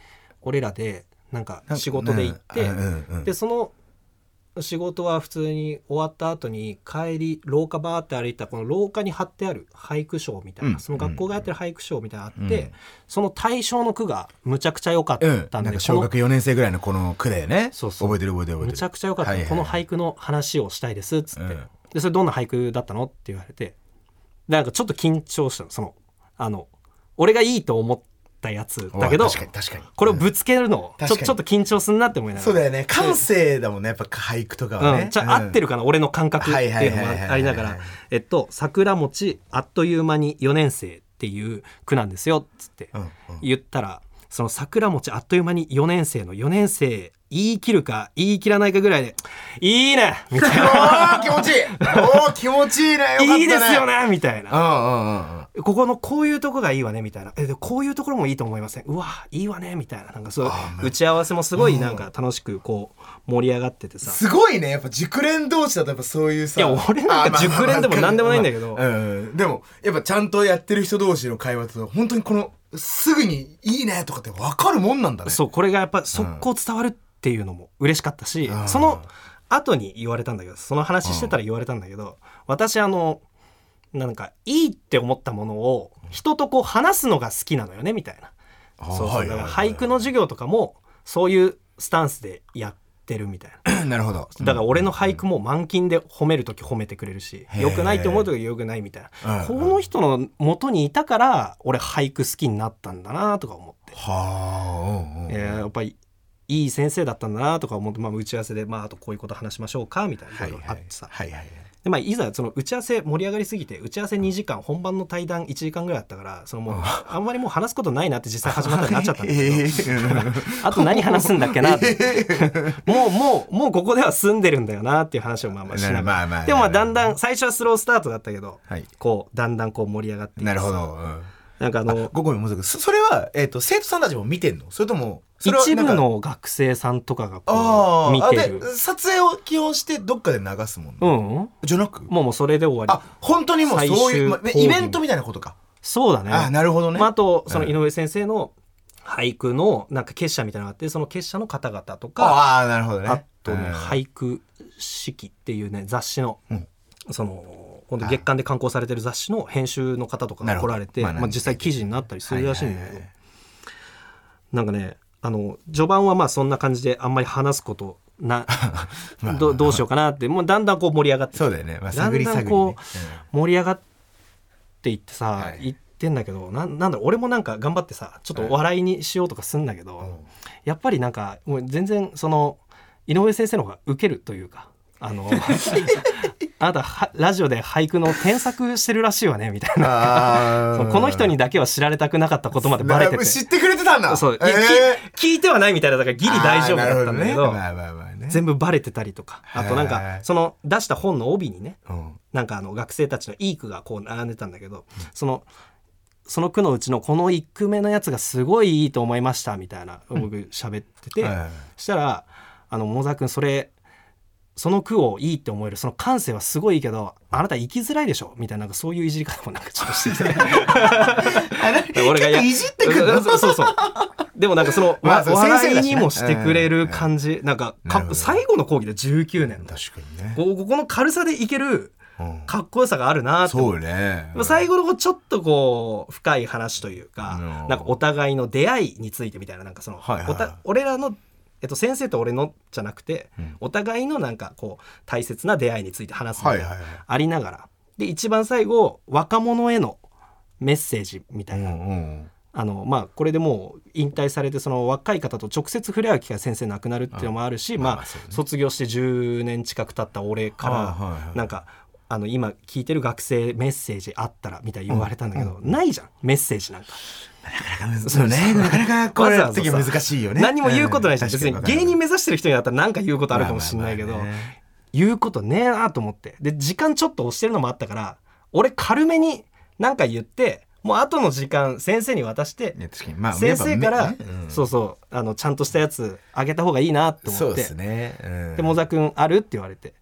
Speaker 2: 俺らでなんか
Speaker 3: なんか
Speaker 2: 仕事で行って、
Speaker 3: うんうんうん
Speaker 2: でその仕事は普通に終わった後に帰り廊下バーって歩いたらこの廊下に貼ってある俳句賞みたいな、
Speaker 3: うん
Speaker 2: その学校がやってる俳句賞みたいなのあっ
Speaker 3: う
Speaker 2: て、
Speaker 3: ん
Speaker 2: その対象の句がむちゃくちゃ良かったん
Speaker 3: う
Speaker 2: で、
Speaker 3: ん、なんか
Speaker 2: こ
Speaker 3: 小
Speaker 2: の
Speaker 3: 学4年生ぐらいのこの句でね
Speaker 2: そうそう
Speaker 3: 覚えてる覚えてる覚えてる
Speaker 2: むちゃくちゃ良かった、
Speaker 3: はいはい
Speaker 2: この俳句の話をしたいですっつって、
Speaker 3: うん
Speaker 2: でそれどんな俳句だったのって言われてでなんかちょっと緊張したのそのあの俺がいいと思ったやつだけ
Speaker 3: う
Speaker 2: ど
Speaker 3: わ確かに確かに
Speaker 2: これをぶつけるの、
Speaker 3: うん
Speaker 2: ち
Speaker 3: 確
Speaker 2: ょ
Speaker 3: かに
Speaker 2: ちょっと緊張すんなって思いながら
Speaker 3: そうだよね感性だもんねやっぱ俳句とかはね、
Speaker 2: うん、じゃあ合って
Speaker 3: る
Speaker 2: るかな、俺の感覚っていうのも
Speaker 3: はいはいはいはいはい
Speaker 2: ありながら「えっと桜餅あっという間に4年生」っていう句なんですよっつって
Speaker 3: うんうん
Speaker 2: 言ったら、その桜餅あっという間に4年生の4年生言い切るか言い切らないかぐらいで「いいね!」みたい
Speaker 3: お
Speaker 2: な
Speaker 3: ー気持ちいいおー気持ちいいねよかっ
Speaker 2: 「
Speaker 3: たね
Speaker 2: いいですよ
Speaker 3: ね
Speaker 2: ね!」みたい
Speaker 3: うん
Speaker 2: な。
Speaker 3: うんうんうん
Speaker 2: ここのこういうとこがいいわねみたいなえでこういうところもいいと思いませんうわいいわねみたいななんかそう打ち合わせもすごいなんか楽しくこう盛り上がっててさ
Speaker 3: すごいねやっぱ熟練同士だとやっぱそういうさ
Speaker 2: いや俺なんか
Speaker 3: あーまあ
Speaker 2: 熟練でも何でもないんだけど
Speaker 3: まあまあうんうんでもやっぱちゃんとやってる人同士の会話と本当にこのすぐに「いいね」とかって分かるもんなんだね
Speaker 2: そうこれがやっぱ速攻伝わるっていうのも嬉しかったし、
Speaker 3: うん
Speaker 2: その後に言われたんだけどその話してたら言われたんだけど、私あのなんかいいって思ったものを人とこう話すのが好きなのよねみたいな
Speaker 3: あー
Speaker 2: そうそ
Speaker 3: は
Speaker 2: う
Speaker 3: い
Speaker 2: だ
Speaker 3: はい
Speaker 2: か
Speaker 3: はい
Speaker 2: ら俳句の授業とかもそういうスタンスでやってるみたいな。
Speaker 3: なるほど
Speaker 2: だから俺の俳句も満金で褒める時褒めてくれるし
Speaker 3: へー
Speaker 2: 良くないと思う時は良くないみたいな
Speaker 3: う
Speaker 2: こ
Speaker 3: ん
Speaker 2: の人の元にいたから俺俳句好きになったんだなとか思って
Speaker 3: はあうんうん
Speaker 2: えーやっぱりいい先生だったんだなとか思って、まあ、打ち合わせで、まあ、あとこういうこと話しましょうかみたいな
Speaker 3: はい
Speaker 2: の
Speaker 3: はい
Speaker 2: があってさ、
Speaker 3: はいはい
Speaker 2: でまあ、いざその打ち合わせ盛り上がりすぎて打ち合わせ2時間本番の対談1時間ぐらいあったからそのもうあんまりもう話すことないなって実際始まったらなっちゃったんだ けど、あと何話すんだっけなってもうもうもうここでは済んでるんだよなっていう話をまあまあしなが
Speaker 3: まあまあ
Speaker 2: らでもまあだんだん最初はスロースタートだったけど、
Speaker 3: はい
Speaker 2: こうだんだんこう盛り上がっていく
Speaker 3: なるほど、うん
Speaker 2: なんかあの
Speaker 3: ごごめんもうすぐそそれは、えっと生徒さんたちも見てんのそれともそれは
Speaker 2: 一
Speaker 3: なんか
Speaker 2: 部の学生さんとかがこ
Speaker 3: あー
Speaker 2: う見てる
Speaker 3: あで撮影を起用してどっかで流すもん
Speaker 2: う
Speaker 3: ね、
Speaker 2: んも
Speaker 3: じゃなく
Speaker 2: うもうそれで終わり
Speaker 3: あ本当にもうそういう、ま
Speaker 2: 最終講義
Speaker 3: イベントみたいなことか、
Speaker 2: そうだね
Speaker 3: あなるほどね、
Speaker 2: まあ、あとその
Speaker 3: うん
Speaker 2: 井上先生の俳句のなんか結社みたいなのがあってその結社の方々とか
Speaker 3: ああなるほどね
Speaker 2: あとね
Speaker 3: うん
Speaker 2: 俳句式っていうね雑誌の
Speaker 3: うん
Speaker 2: その本当月間で刊行されてる雑誌の編集の方とか
Speaker 3: な
Speaker 2: が
Speaker 3: る
Speaker 2: 来
Speaker 3: ほど
Speaker 2: られて
Speaker 3: まあ
Speaker 2: まあ実際記事になったりするらしいんだ
Speaker 3: はい
Speaker 2: け
Speaker 3: はい
Speaker 2: ど
Speaker 3: はい
Speaker 2: なんかねあの序盤はまあそんな感じであんまり話すことな
Speaker 3: まあ
Speaker 2: どどうしようかなってもうだんだんこう盛り上がって
Speaker 3: そうだよね、まあ、
Speaker 2: だ
Speaker 3: 探
Speaker 2: ん
Speaker 3: り
Speaker 2: だ
Speaker 3: 探
Speaker 2: ん
Speaker 3: り、ね、
Speaker 2: こう盛り上がっていってさ、
Speaker 3: はい
Speaker 2: 言ってんだけどなんなんだろう俺もなんか頑張ってさちょっと笑いにしようとかすんだけど、
Speaker 3: うん
Speaker 2: やっぱりなんかもう全然その井上先生の方がウケるというか。あのあなたはラジオで俳句の添削してるらしいわねみたいな
Speaker 3: あ
Speaker 2: そ
Speaker 3: ー
Speaker 2: のこの人にだけは知られたくなかったことまでバレてて
Speaker 3: 知ってくれてたんだ
Speaker 2: そう、い
Speaker 3: えー
Speaker 2: き聞いてはないみたいなだからギリ大丈夫だったんだけ
Speaker 3: あーなる
Speaker 2: ど
Speaker 3: ほねまあまあまあね
Speaker 2: 全部バレてたりとかあとなん
Speaker 3: は
Speaker 2: か
Speaker 3: い
Speaker 2: その出した本の帯にね
Speaker 3: うん
Speaker 2: なんかあの学生たちのいい句がこう並んでたんだけど、そのその句のうちのこの1句目のやつがすごいいいと思いましたみたいな僕喋ってて、
Speaker 3: はい
Speaker 2: したら「あの桃沢君それその句をいいって思えるその感性はすごいいいけどあなた生きづらいでしょ」みたいななんかそういういじり方もなんかちょっとしてきて
Speaker 3: あれ
Speaker 2: 俺がや
Speaker 3: いじってくる
Speaker 2: うん そうそうそうでもなんかその、
Speaker 3: まあ
Speaker 2: わ
Speaker 3: そう先生
Speaker 2: 笑
Speaker 3: だ
Speaker 2: い
Speaker 3: しね
Speaker 2: にもしてくれる感じ、なんか
Speaker 3: なる
Speaker 2: か
Speaker 3: ほど
Speaker 2: 最後の講義で19年だ
Speaker 3: 確かにね
Speaker 2: こうここの軽さでいける
Speaker 3: うん
Speaker 2: かっこよさがあるなって思って
Speaker 3: そうね
Speaker 2: まあ最後のこうちょっとこう深い話というか、
Speaker 3: うん
Speaker 2: なんかお互いの出会いについてみたいななんかその、
Speaker 3: はいはいはい
Speaker 2: おた俺らの、えっと、先生と俺のじゃなくて、
Speaker 3: うん
Speaker 2: お互いのなんかこう大切な出会いについて話すみた
Speaker 3: はいい
Speaker 2: な
Speaker 3: はいはい
Speaker 2: ありながらで一番最後若者へのメッセージみた
Speaker 3: う
Speaker 2: い
Speaker 3: ん
Speaker 2: な、
Speaker 3: うん
Speaker 2: あのまあこれでもう引退されてその若い方と直接触れ合う機会先生亡くなるっていうのもあるし、
Speaker 3: まあ
Speaker 2: ま
Speaker 3: まあ
Speaker 2: あ
Speaker 3: そうね
Speaker 2: 卒業して10年近く経った俺から、
Speaker 3: あーはいはい
Speaker 2: なんかあの今聞いてる学生メッセージあったらみたいに言われたんだけど、ないじゃんメッセージなんか
Speaker 3: そうねなかなかこれ
Speaker 2: わざわざ
Speaker 3: 次
Speaker 2: さ
Speaker 3: 難しいよね
Speaker 2: 何も言うことないし、
Speaker 3: うん
Speaker 2: 別に
Speaker 3: 確か
Speaker 2: 芸人
Speaker 3: わ
Speaker 2: 目指してる人にだったら何か言うこと
Speaker 3: か
Speaker 2: あ
Speaker 3: る
Speaker 2: るかもしれないけど、
Speaker 3: まあまあまあね
Speaker 2: 言うことねえなと思ってで時間ちょっと押してるのもあったから俺軽めに何か言ってもう後の時間先生に渡して
Speaker 3: いや確かにまあ
Speaker 2: 先生か
Speaker 3: や
Speaker 2: ら
Speaker 3: っぱねうん
Speaker 2: そうそうあのちゃんとしたやつあげた方がいいなって
Speaker 3: そ
Speaker 2: 思っ
Speaker 3: うで
Speaker 2: て
Speaker 3: すねうん
Speaker 2: で、モザ君あるって言われて。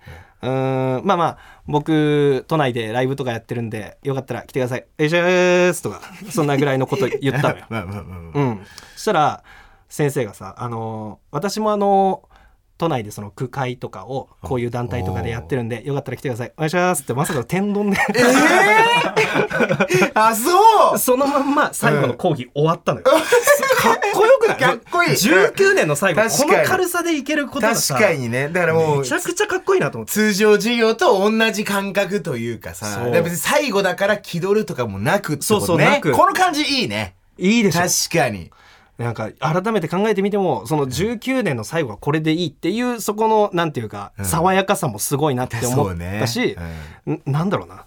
Speaker 2: うーん、まあまあ、僕、都内でライブとかやってるんで、よかったら来てください。えいしゃーすとか、そんなぐらいのこと言った
Speaker 3: 。
Speaker 2: のよ
Speaker 3: まあまあまあまあ
Speaker 2: うん。そしたら、先生がさ、あのー私もあのー都内でその区会とかをこういう団体とかでやってるんでよかったら来てくださいお願いしますってまさかの天丼で
Speaker 3: あ そう
Speaker 2: そのまんま最後の講義終わった のよ、かっこよくない
Speaker 3: かっこいい
Speaker 2: 19年の最後
Speaker 3: 確か
Speaker 2: こ
Speaker 3: に
Speaker 2: の軽さでいけることが
Speaker 3: 確
Speaker 2: さ
Speaker 3: かにねだからもう
Speaker 2: めちゃくちゃかっこいいなと思って
Speaker 3: 通常授業と同じ感覚というかさ、
Speaker 2: そう
Speaker 3: だから別に最後だから気取るとかもなくってことね。
Speaker 2: そうそうなく
Speaker 3: この感じいいね。
Speaker 2: いいでしょ
Speaker 3: 確かに。
Speaker 2: なんか改めて考えてみてもその19年の最後はこれでいいっていうそこのなんていうか
Speaker 3: ん
Speaker 2: 爽やかさもすごいなって思
Speaker 3: そう
Speaker 2: っ
Speaker 3: ね
Speaker 2: たし、んなんだろうな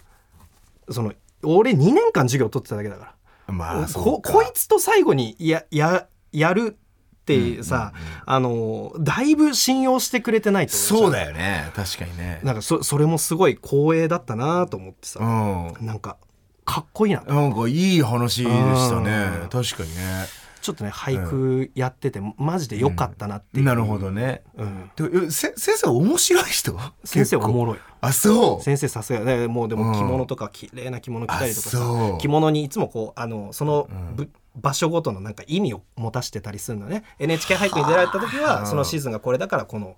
Speaker 2: その俺2年間授業取ってただけだから
Speaker 3: まあ、そう
Speaker 2: こ
Speaker 3: か
Speaker 2: こいつと最後にやややるっていうさ、あのだいぶ信用してくれてないと
Speaker 3: そう
Speaker 2: よ
Speaker 3: だよね。確かにね。
Speaker 2: なんかそそれもすごい光栄だったなと思って
Speaker 3: う
Speaker 2: さ、
Speaker 3: ん。
Speaker 2: なんかかっこいいな
Speaker 3: なんかいい話でした
Speaker 2: う
Speaker 3: ね確
Speaker 2: ん。
Speaker 3: かにね。
Speaker 2: ちょっとね俳句やっててマジでよかったなっていう、
Speaker 3: なるほどね。
Speaker 2: うん
Speaker 3: でもえせ先生面白い人
Speaker 2: 先生
Speaker 3: 結
Speaker 2: お
Speaker 3: 構
Speaker 2: もろい
Speaker 3: あ、そう。
Speaker 2: 先生さすがねもうで
Speaker 3: うん
Speaker 2: も着物とか綺麗な着物着たりとかさ
Speaker 3: あそう
Speaker 2: 着物にいつもこうあのそのぶ、場所ごとのなんか意味を持たせてたりするのね NHK 俳句に出られた時はそのシーズンがこれだからこの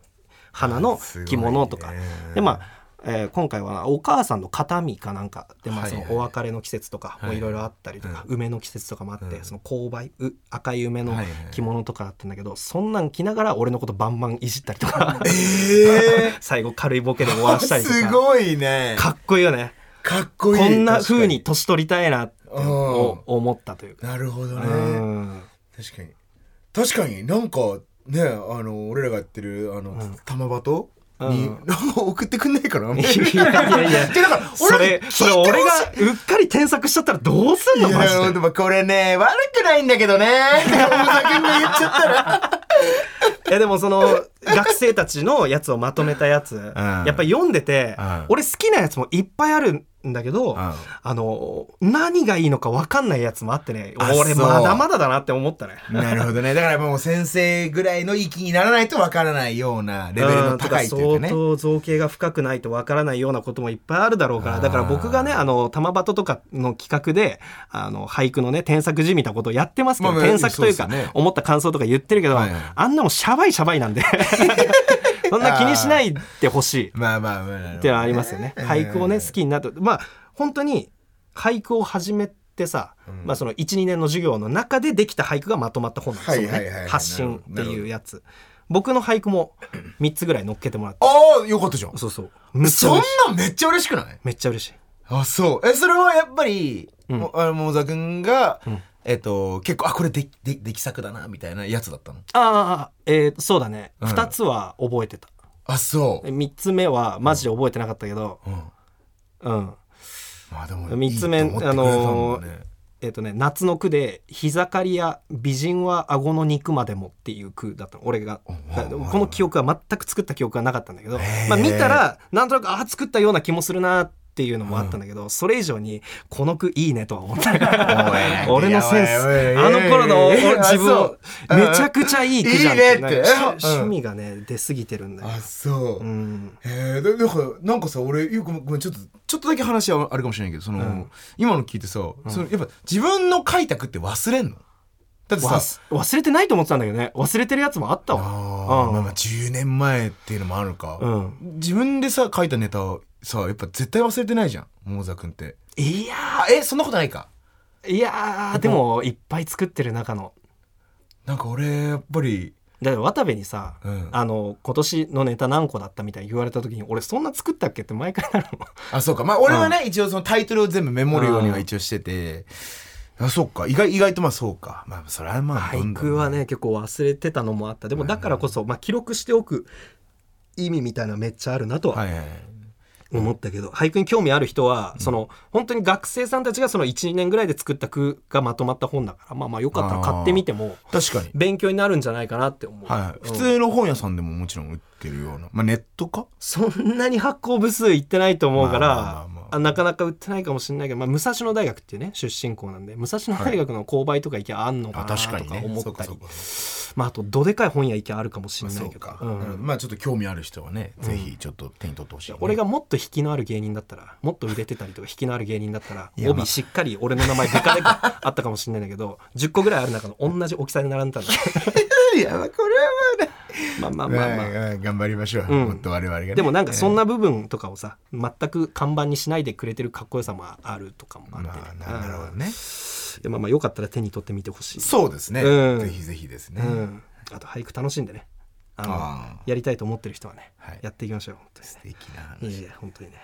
Speaker 2: 花の着物とか、
Speaker 3: すごいね
Speaker 2: でまあえー今回はお母さんの形見かなんかで、まあ、
Speaker 3: はい
Speaker 2: そ
Speaker 3: はい
Speaker 2: のお別れの季節とかもいろいろあったりとか、梅の季節とかもあって、その勾配う赤い梅の
Speaker 3: はいはい
Speaker 2: 着物とかだったんだけど、そんなん着ながら俺のことバンバンいじったりとか
Speaker 3: え
Speaker 2: 最後軽いボケ で終わ
Speaker 3: ー、
Speaker 2: らしたりとか
Speaker 3: すごいね。
Speaker 2: かっこいいよね
Speaker 3: かっこいい。
Speaker 2: こんな風に
Speaker 3: 確
Speaker 2: 年取りたいなって
Speaker 3: かに。うん
Speaker 2: 思ったというか、
Speaker 3: なるほど
Speaker 2: う
Speaker 3: ね。
Speaker 2: ん
Speaker 3: 確かに確かになんかねあの俺らがやってるあの、玉鳩に、
Speaker 2: うん
Speaker 3: 送ってくんないかなみたい
Speaker 2: いやい やいや
Speaker 3: なでだから
Speaker 2: それ
Speaker 3: 俺
Speaker 2: それ俺がうっかり添削しちゃったらどうすん
Speaker 3: いや
Speaker 2: のマジ
Speaker 3: ほんと
Speaker 2: で
Speaker 3: まあこれね悪くないんだけどねってお酒が言っちゃったら
Speaker 2: いやでもその学生たちのやつをまとめたやつ、やっぱり読んでて、
Speaker 5: うん
Speaker 2: 俺好きなやつもいっぱいあるんだけど、
Speaker 5: ん
Speaker 2: あの何がいいのか分かんないやつもあってね
Speaker 5: あ
Speaker 2: 俺
Speaker 5: そう
Speaker 2: まだまだだなって思ったね。
Speaker 3: なるほどねだからもう先生ぐらいの域にならないとわからないようなレベルの高いというか
Speaker 2: んだから相
Speaker 3: ね
Speaker 2: 当造形が深くないとわからないようなこともいっぱいあるだろうからだから僕がねあの玉鳩とかの企画であの俳句のね添削じみたことをやってますけど、
Speaker 3: まあまあ
Speaker 2: 添削という
Speaker 3: そ
Speaker 2: か
Speaker 3: うですよね
Speaker 2: 思った感想とか言ってるけど、
Speaker 3: はいはい
Speaker 2: あんなもんシャバいシャバいな んでそんな気にしないでほしい。
Speaker 3: まあまあまあなるほどね
Speaker 2: っていうのはありますよね。俳句をね好きになったまあ本当に俳句を始めてさ、まあその12年の授業の中でできた俳句がまとまった本なんですよ
Speaker 3: はいはいはいは
Speaker 2: ね
Speaker 3: い
Speaker 2: 発信っていうやつ僕の俳句も3つぐらい乗っけてもらって
Speaker 3: ああよかったじゃん
Speaker 2: そうそうめっちゃ
Speaker 3: そんな
Speaker 2: 嬉しい
Speaker 3: めっちゃ嬉しくない
Speaker 2: めっちゃ嬉しい
Speaker 3: あそうえそれはやっぱり、
Speaker 2: うん
Speaker 3: もあの桃沢君が、えっと結構あこれでで出来作だなみたいなやつだったの
Speaker 2: ああああえーそうだね
Speaker 3: うん
Speaker 2: 2つは覚えてた
Speaker 3: あそう、
Speaker 2: 3つ目はマジで覚えてなかったけど
Speaker 3: うん、
Speaker 2: うん
Speaker 3: まあでも
Speaker 2: 三つ目
Speaker 3: いいと思ってくれたんだね
Speaker 2: あのーえっ、とね夏の句で「日盛りや美人は顎の肉までも」っていう句だったの俺がだからこの記憶は全く作った記憶はなかったんだけど、まあ、見たらなんとなくああ作ったような気もするなっていうのもあったんだけど、それ以上にこの句いいねとは思った
Speaker 3: おい
Speaker 2: 俺のセンス
Speaker 3: いやおいおい
Speaker 2: あの頃の
Speaker 3: いや
Speaker 2: 俺
Speaker 3: いやいや
Speaker 2: 自分
Speaker 3: あ
Speaker 2: を
Speaker 3: そう
Speaker 2: めちゃくちゃいい句じゃん
Speaker 3: うん
Speaker 2: ない
Speaker 3: いね
Speaker 2: ん
Speaker 3: って
Speaker 2: か趣
Speaker 3: うん
Speaker 2: 趣味がね出過ぎてるんだよ
Speaker 3: あ、そう、
Speaker 2: うん、
Speaker 3: へえだだからなんかさ俺よくごめんちょっとちょっとだけ話はあるかもしれないけどその、
Speaker 2: ん
Speaker 3: 今の聞いてさ、そのやっぱ自分の書いた句って忘れんのだってさ
Speaker 2: 忘忘れてないと思ってたんだけどね忘れてるやつもあったわ
Speaker 3: あ
Speaker 2: う
Speaker 3: ー
Speaker 2: ん
Speaker 3: まあまあ10年前っていうのもあるか、
Speaker 2: うん
Speaker 3: 自分でさ書いたネタをさやっぱ絶対忘れてないじゃん桃沢君って
Speaker 2: いや
Speaker 3: あえそんなことないか
Speaker 2: いやーでもいっぱい作ってる中の
Speaker 3: なんか俺やっぱり
Speaker 2: だから渡部にさ、
Speaker 3: うん
Speaker 2: あの今年のネタ何個だったみたいに言われた時に俺そんな作ったっけって毎回なる の
Speaker 3: あそうかまあ俺はね、一応そのタイトルを全部メモるようには一応してて、あそうか意外意外とまあそうかまあそれはまあど
Speaker 2: 俳
Speaker 3: んどん
Speaker 2: 句はね結構忘れてたのもあったでもだからこそ、まあ、記録しておく意味みたいなめっちゃあるなと
Speaker 3: は
Speaker 2: はい
Speaker 3: はい
Speaker 2: 思ったけど、俳句に興味ある人は、その本当に学生さんたちがその12年ぐらいで作った句がまとまった本だからまあまあよかったら買ってみても
Speaker 3: 確かに
Speaker 2: 勉強になるんじゃないかなって思う、
Speaker 3: はい、
Speaker 2: う
Speaker 3: 普
Speaker 2: ん
Speaker 3: 通の本屋さんでももちろん売ってるような、まあ、ネットか
Speaker 2: そんなに発行部数いってないと思うから、
Speaker 3: まあまあまあまあ
Speaker 2: あなかなか売ってないかもしれないけど、まあ、武蔵野大学っていうね出身校なんで武蔵野大学の購買とか行きゃあんのか
Speaker 3: あ
Speaker 2: なと
Speaker 3: 確
Speaker 2: か
Speaker 3: かにね
Speaker 2: 思っ
Speaker 3: そうか
Speaker 2: たり、
Speaker 3: そうかそ
Speaker 2: まあ、あとどでかい本屋行きゃあるかもし
Speaker 3: うかまあ
Speaker 2: れな
Speaker 3: そ
Speaker 2: いうけど、
Speaker 3: か、
Speaker 2: うん
Speaker 3: なるほどまあちょっと興味ある人はね、ぜひちょっと手に取ってほしいね、
Speaker 2: 俺がもっと引きのある芸人だったらもっと売れてたりとか引きのある芸人だったら
Speaker 3: いやまあ
Speaker 2: 帯しっかり俺の名前でかでか あったかもしれないんだけど10個ぐらいある中の同じ大きさに並んでたんだ
Speaker 3: いやまあこれは
Speaker 2: まあまあまあまあ、
Speaker 3: まあ頑張りましょう、
Speaker 2: うん
Speaker 3: もっと我々がね、
Speaker 2: でもなんかそん
Speaker 3: な、
Speaker 2: な部分とかをさ全く看板にしないでくれてるかっこよさもあるとかもあって、ね
Speaker 3: まあななるほどね
Speaker 2: でまあまあよかったら手に取ってみてほしい、
Speaker 3: そうですね、
Speaker 2: うん
Speaker 3: ぜひぜひですね、
Speaker 2: うん、あと俳句楽しんでねあの
Speaker 3: あ
Speaker 2: やりたいと思ってる人はね、
Speaker 3: はい
Speaker 2: やっていきましょう本当に
Speaker 3: 素敵な話、
Speaker 2: ねいやいや本当にね、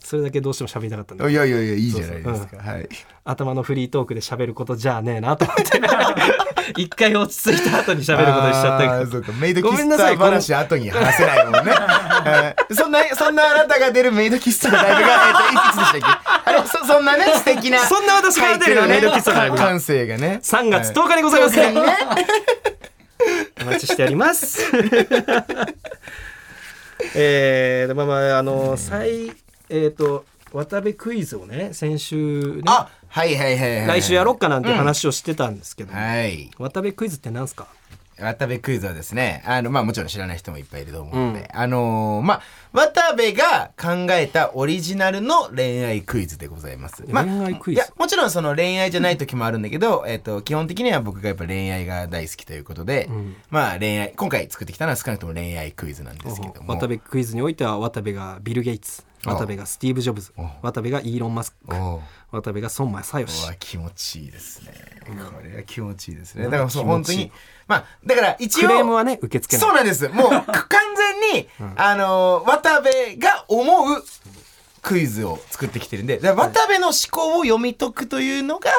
Speaker 2: それだけどうしても喋りたかったんで
Speaker 3: いやいやいやいいじゃないですかはい
Speaker 2: 頭のフリートークで喋ることじゃあねえなと思って 一回落ち着いた後に喋ることにしちゃった
Speaker 3: あ
Speaker 2: け
Speaker 3: ー
Speaker 2: ど
Speaker 3: そうかメイド
Speaker 2: ご
Speaker 3: 喫
Speaker 2: めんなさい
Speaker 3: 茶話後に話せないもんねはいそんなそんなあなたが出るメイド喫茶のライブが、えっと、いくつでしたっけあれそそんなね素敵な
Speaker 2: そんな私が出るメイド喫茶のライブが
Speaker 3: か感性がね
Speaker 2: 3月10日でございます、 お待ちしております。 えー、まあまああの最えっ、と渡部クイズをね先週ね
Speaker 3: あはいはいはいはい
Speaker 2: 来週やろうかなんて話をしてたんですけど、
Speaker 3: はい
Speaker 2: 渡部クイズってなんすか？
Speaker 3: 渡部クイズはですねあの、まあ、もちろん知らない人もいっぱいいると思うので、あのーまあ渡部が考えたオリジナルの恋愛クイズでございます。まあ、
Speaker 2: 恋愛クイ
Speaker 3: い
Speaker 2: ズ
Speaker 3: やもちろんその恋愛じゃない時もあるんだけど、 えっと基本的には僕がやっぱ恋愛が大好きということで、まあ恋愛今回作ってきたのは少なくとも恋愛クイズなんですけども
Speaker 2: 渡部クイズにおいては渡部がビル・ゲイツ渡部がスティーブ・ジョブズ渡部がイーロン・マスク
Speaker 3: おう
Speaker 2: 渡部が孫正義
Speaker 3: うわ気持ちいいですねこれは気持ちいいですねだからそう本当にまあだから一応
Speaker 2: クレームはね受け付けない
Speaker 3: そうなんです。もう完全に、あのー渡部が思うクイズを作ってきてるんで、だから渡部の思考を読み解くというのが、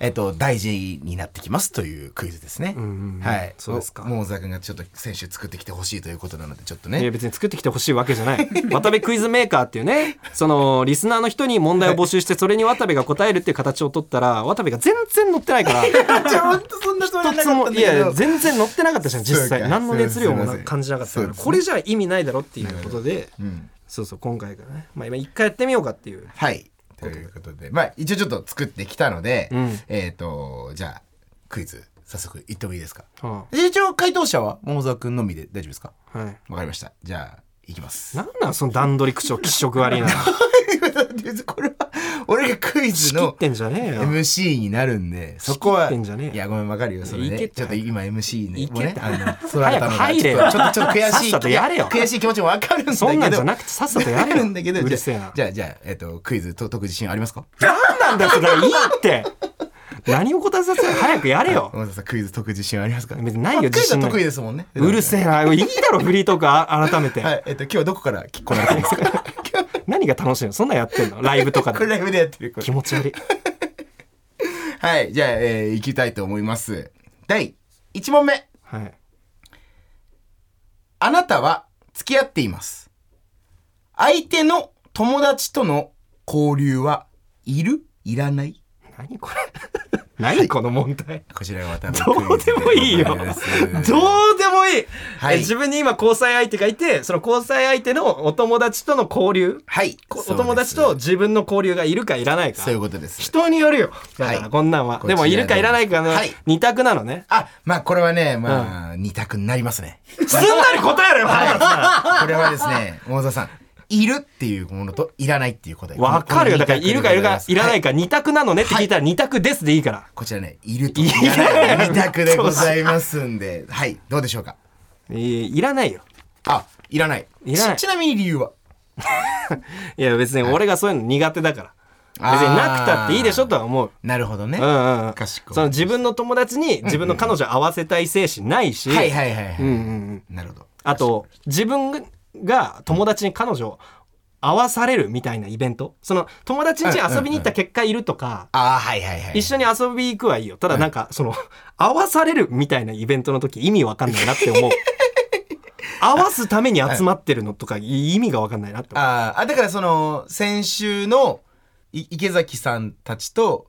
Speaker 3: えっと、大事になってきますというクイズですね。
Speaker 2: んうんうん
Speaker 3: はい。
Speaker 2: そうですか
Speaker 3: ももう小沢君がちょっと選手作ってきてほしいということなので、ちょっと
Speaker 2: いや
Speaker 3: ね。
Speaker 2: 別に作ってきてほしいわけじゃない。渡部クイズメーカーっていうね、そのリスナーの人に問題を募集して、それに渡部が答えるっていう形を取ったら、渡部が全然乗ってな いから、
Speaker 3: じゃあ、ほんとそんなつもり
Speaker 2: 一つも、いやいや、全然乗ってなかったじゃん、実
Speaker 3: そう
Speaker 2: 際。
Speaker 3: か
Speaker 2: 何の熱量も
Speaker 3: そうですす
Speaker 2: な
Speaker 3: いません
Speaker 2: 感じなかった
Speaker 3: そ
Speaker 2: か
Speaker 3: う
Speaker 2: ら、
Speaker 3: ですね
Speaker 2: これじゃ意味ないだろっていうことで、
Speaker 3: うん。
Speaker 2: そうそう、今回からね、まあ今一回やってみようかっていう。
Speaker 3: はい。ということで、まあ、一応ちょっと作ってきたので、
Speaker 2: うん
Speaker 3: えっ、と、じゃあ、クイズ、早速いってもいいですか。
Speaker 2: は
Speaker 3: 一応、回答者は桃沢君のみで大丈夫ですか
Speaker 2: あはい。
Speaker 3: わかりました。じゃあ、いきます。
Speaker 2: なんなんその段取り口調、気色悪いな。
Speaker 3: これは、俺がクイズ
Speaker 2: 仕切っ
Speaker 3: の
Speaker 2: てんじゃねえよ。
Speaker 3: MC になるんで、そこ
Speaker 2: 仕切っ
Speaker 3: は、
Speaker 2: てんじゃねえよ
Speaker 3: いや、ごめん、わかるよ。それ
Speaker 2: いけっ
Speaker 3: ね、
Speaker 2: て
Speaker 3: ちょっと今 MC ね、
Speaker 2: いけ
Speaker 3: もうね
Speaker 2: って、
Speaker 3: あの、取られたのが、
Speaker 2: 早く入
Speaker 3: ち
Speaker 2: れ
Speaker 3: ょ
Speaker 2: よ
Speaker 3: っと、ちょっと、ちょっと悔しい。
Speaker 2: さっさとやれよ
Speaker 3: い悔しい気持ちもわかるんだけど。
Speaker 2: そんなんじゃなくてさっさとやれよ
Speaker 3: わかる んだけど、
Speaker 2: うるせえな
Speaker 3: じゃあ、じゃあ、じゃあえっと、クイズ、と解く自信ありますか
Speaker 2: なんなんだよ、それ。いいって。何を答えさせる早くやれよ。
Speaker 3: 山田さんクイズ解く自信ありますか
Speaker 2: 別にないよ
Speaker 3: まあクイズは
Speaker 2: 自信ない
Speaker 3: 得意ですもんね。
Speaker 2: うるせえな。いいだろ、フリートークあ、 改めて。
Speaker 3: はい。えっと、今日はどこから来られて ますか
Speaker 2: 何が楽しいのそんなんやってんのライブとか
Speaker 3: これ
Speaker 2: で。
Speaker 3: ライブでやってる。これ
Speaker 2: 気持ち悪い。
Speaker 3: はい。じゃあ、えー、行きたいと思います。第1問目。
Speaker 2: はい。
Speaker 3: あなたは付き合っています。相手の友達との交流はいるいらない
Speaker 2: 何これ何この問題
Speaker 3: こちらが渡
Speaker 2: どうでもいいよ。どうでもいい、
Speaker 3: はい
Speaker 2: え自分に今交際相手がいて、その交際相手のお友達との交流、
Speaker 3: はい。
Speaker 2: こ
Speaker 3: そうです
Speaker 2: お友達と自分の交流がいるかいらないか。
Speaker 3: そういうことです。
Speaker 2: 人によるよ。だか
Speaker 3: は
Speaker 2: ら
Speaker 3: い
Speaker 2: こんなんは。
Speaker 3: こち
Speaker 2: で
Speaker 3: ら
Speaker 2: もいるかいらないかの
Speaker 3: はい
Speaker 2: 二択なのね。
Speaker 3: あ、まあこれはね、まあ、二択になります ね。
Speaker 2: すんなり答えろよ、早く
Speaker 3: これはですね、大沢さん。いるっていうものと、いらないっていう答え。
Speaker 2: わかるよ。だから、いるかいるか、いらない
Speaker 3: か。
Speaker 2: か、二択なのねって聞いたら、二択ですでいいから。
Speaker 3: こちらね、いると。いらない。二択でございますんで。はい、どうでしょうか。
Speaker 2: えーいらないよ。
Speaker 3: あ、いらない。
Speaker 2: いらない
Speaker 3: ちちなみに理由はい
Speaker 2: や、別に俺がそういうの苦手だから。
Speaker 3: あー
Speaker 2: 別になくたっていいでしょとは思う。
Speaker 3: なるほどね。
Speaker 2: うんうんうん。
Speaker 3: 賢い
Speaker 2: その自分の友達に自分の彼女合わせたい精神ないし、
Speaker 3: はいはいはいはい。
Speaker 2: うんうん
Speaker 3: なるほど。
Speaker 2: あと、自分が友達に彼女を合わされるみたいなイベント。その友達ん家遊びに行った結果いるとか、
Speaker 3: ああ、はいはいはい。
Speaker 2: 一緒に遊び行くはいいよ。ただなんか、その、合わされるみたいなイベントの時意味わかんないなっ て思う。合わすために集まってるのとか意味がわかんないなって思う。
Speaker 3: あーあ、だからその、先週のい池崎さんたちと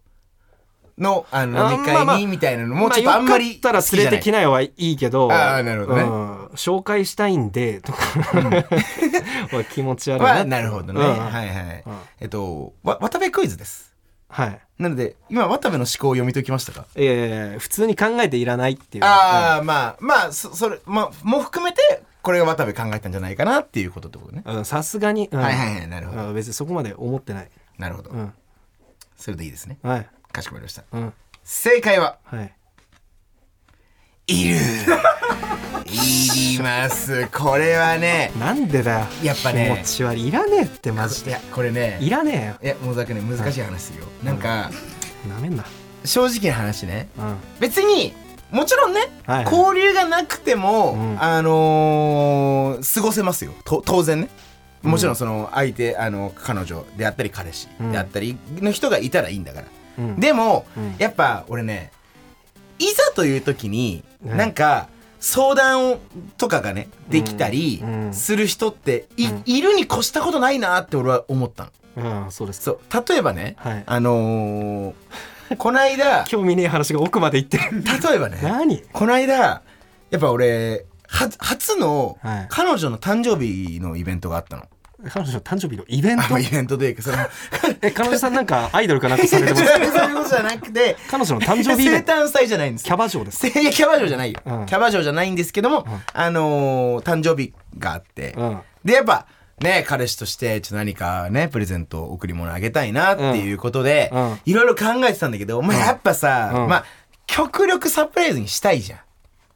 Speaker 3: の、あの、
Speaker 2: あ
Speaker 3: 飲み
Speaker 2: まあまあ
Speaker 3: 会にみたいなのも、ちょっとあんまり
Speaker 2: よかったら連れてき
Speaker 3: な
Speaker 2: ないはいいけど、
Speaker 3: あーなるほどね
Speaker 2: うん紹介したいんで、とか。 おい気持ち悪い
Speaker 3: は、
Speaker 2: な。
Speaker 3: なるほどね。
Speaker 2: うん
Speaker 3: はいはい
Speaker 2: ん。
Speaker 3: えっと、わ、渡部クイズです。
Speaker 2: はい。
Speaker 3: なので、今、渡部の思考を読み解きましたか
Speaker 2: えー普通に考えていらないっていう。
Speaker 3: ああ、まあ、まあ、そそれ、まあ、も含めて、これが渡部考えたんじゃないかなっていうことってことね。
Speaker 2: うんさすがに。うん
Speaker 3: はいはいはいなるほど
Speaker 2: うん別にそこまで思ってない。
Speaker 3: なるほど
Speaker 2: う。ん。
Speaker 3: それでいいですね。
Speaker 2: はい。
Speaker 3: かしこまりました。
Speaker 2: うん。
Speaker 3: 正解は、
Speaker 2: はい。
Speaker 3: いるいります。これはね、
Speaker 2: なんでだよ。
Speaker 3: やっぱね
Speaker 2: 気持ち悪い。いらねえって、マジ
Speaker 3: い
Speaker 2: で。
Speaker 3: や、これね、
Speaker 2: いらね
Speaker 3: いや、もうざくね、難しい話するよ。なんか、
Speaker 2: えよ。なめんな。
Speaker 3: 正直な話ね、
Speaker 2: うん。
Speaker 3: 別に、もちろんね、
Speaker 2: はいはい
Speaker 3: 交流がなくても、
Speaker 2: うん
Speaker 3: あのー過ごせますよ。と当然ね。もちろんその相手、あの彼女であったり彼氏
Speaker 2: うん
Speaker 3: であったりの人がいたらいいんだから、
Speaker 2: うん
Speaker 3: でも、
Speaker 2: うん
Speaker 3: やっぱ俺ねいざという時に、
Speaker 2: うん
Speaker 3: なんか相談をとかがねできたり
Speaker 2: うんうん
Speaker 3: する人ってい,、
Speaker 2: うん
Speaker 3: いるに越したことないなって俺は思ったの
Speaker 2: うん、そうです。
Speaker 3: そう例えばね、
Speaker 2: はい
Speaker 3: あのー、こない だ
Speaker 2: 興味ねえ話が奥まで行ってる。
Speaker 3: 例えばね
Speaker 2: 何
Speaker 3: こないだやっぱ俺は初の
Speaker 2: はい
Speaker 3: 彼女の誕生日のイベントがあったの。
Speaker 2: 彼女の誕生日のイベン
Speaker 3: あま
Speaker 2: ト
Speaker 3: あイベントというかその
Speaker 2: え、彼女さんなんかアイドルかなんかされて ま
Speaker 3: そう
Speaker 2: す
Speaker 3: いうことじゃなくて
Speaker 2: 彼女の誕
Speaker 3: 生
Speaker 2: 生日イベント。
Speaker 3: 誕祭じゃないんです
Speaker 2: キャ バ嬢です。
Speaker 3: せいやキャバ嬢じゃないよ、
Speaker 2: うん
Speaker 3: キャバ嬢じゃないんですけども、
Speaker 2: ん
Speaker 3: あのー誕生日があって、
Speaker 2: うん
Speaker 3: でやっぱね彼氏としてちょっと何かねプレゼント贈り物あげたいなっていうことで、
Speaker 2: うんうん
Speaker 3: いろいろ考えてたんだけど、まあ、やっぱさ、
Speaker 2: うん
Speaker 3: まあ極力サプライズにしたいじゃん。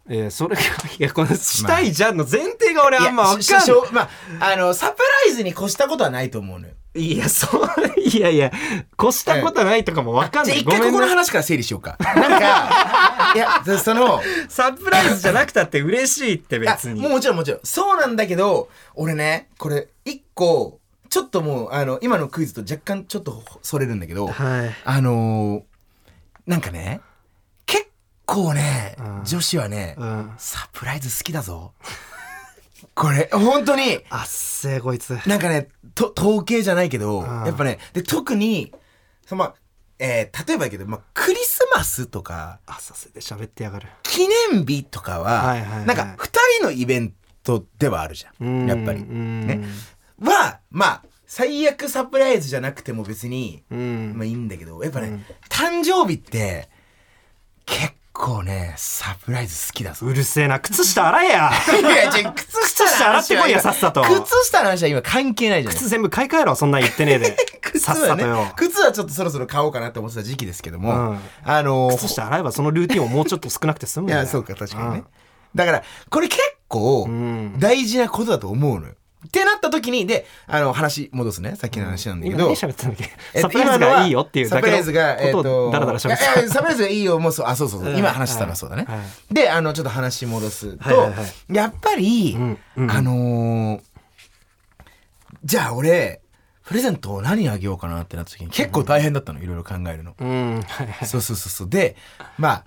Speaker 2: えー、それが、いや、この、したいじゃんの前提が俺あんまわかん
Speaker 3: いや
Speaker 2: な
Speaker 3: しし
Speaker 2: い
Speaker 3: ょ。まあ、あの、サプライズに越したことはないと思うのよ。
Speaker 2: いや、そう、いやいや、越したことないとかもわかん
Speaker 3: じゃ
Speaker 2: な
Speaker 3: あ
Speaker 2: い。
Speaker 3: 一
Speaker 2: ごめ
Speaker 3: 回
Speaker 2: んね
Speaker 3: ここの話から整理しようか。なん か、いや、その、
Speaker 2: サプライズじゃなくたって嬉しいって別に。
Speaker 3: あもうもちろんもちろんそうなんだけど俺ねこれ一個ちょっともうあの今のクイズと若干ちょっとそれるんだけど、
Speaker 2: はい。
Speaker 3: あのーなんかね結構ね、
Speaker 2: うん
Speaker 3: 女子はね、
Speaker 2: うん
Speaker 3: サプライズ好きだぞ これ本当に
Speaker 2: あっせえこいつ
Speaker 3: なんかねと統計じゃないけど、
Speaker 2: ん
Speaker 3: やっぱねで特にそのまあえー例えばだけど、まあ、クリスマスとか
Speaker 2: あさせで喋ってやがる
Speaker 3: 記念日とかは,、
Speaker 2: はいはいはい
Speaker 3: なんか2人のイベントではあるじゃ
Speaker 2: うん
Speaker 3: んやっぱり。
Speaker 2: うん
Speaker 3: ねはまあ最悪サプライズじゃなくても別に、
Speaker 2: うん
Speaker 3: まあいいんだけどやっぱね、誕生日って結構ねサプライズ好きだ ぞ。
Speaker 2: うるせえな靴下洗えや
Speaker 3: いやじゃあ靴下の話は
Speaker 2: 靴下洗ってこいよさっさと
Speaker 3: 靴下の話は今関係ないじゃ ない
Speaker 2: 靴全部買い替えろそんなん言ってねえ で
Speaker 3: 靴
Speaker 2: さっさ
Speaker 3: は
Speaker 2: とよ
Speaker 3: ね、 靴はちょっとそろそろ買おうかなって思ってた時期ですけども、
Speaker 2: うん
Speaker 3: あの
Speaker 2: 靴下洗えばそのルーティンをもうちょっと少なくて済むん
Speaker 3: い
Speaker 2: だよ
Speaker 3: やそうか確かにね、だからこれ結構
Speaker 2: ん
Speaker 3: 大事なことだと思うのよ、ってなった時にであの話戻すねさっきの話なん
Speaker 2: う
Speaker 3: だ
Speaker 2: ん
Speaker 3: け
Speaker 2: 今
Speaker 3: ど、
Speaker 2: 何喋ってたんだっ
Speaker 3: え
Speaker 2: け
Speaker 3: っと
Speaker 2: サプラ
Speaker 3: 今
Speaker 2: イズ
Speaker 3: のは
Speaker 2: がいいよっていうだ
Speaker 3: サプ
Speaker 2: け
Speaker 3: ライズが、えっ
Speaker 2: のこと
Speaker 3: と、
Speaker 2: をダラダラ喋って
Speaker 3: いやい
Speaker 2: た
Speaker 3: やサプライズがいいよもうそうあそうそうそう、
Speaker 2: うん
Speaker 3: 今話したのはそうだね、
Speaker 2: はいは
Speaker 3: であのちょっと話戻すと、
Speaker 2: はいはいは
Speaker 3: やっぱり、
Speaker 2: んうん
Speaker 3: あのーじゃあ俺プレゼントを何あげようかなってなった時に結構大変だったのいろいろ考えるの、
Speaker 2: うんはいはい
Speaker 3: そうそうそうそうでまあ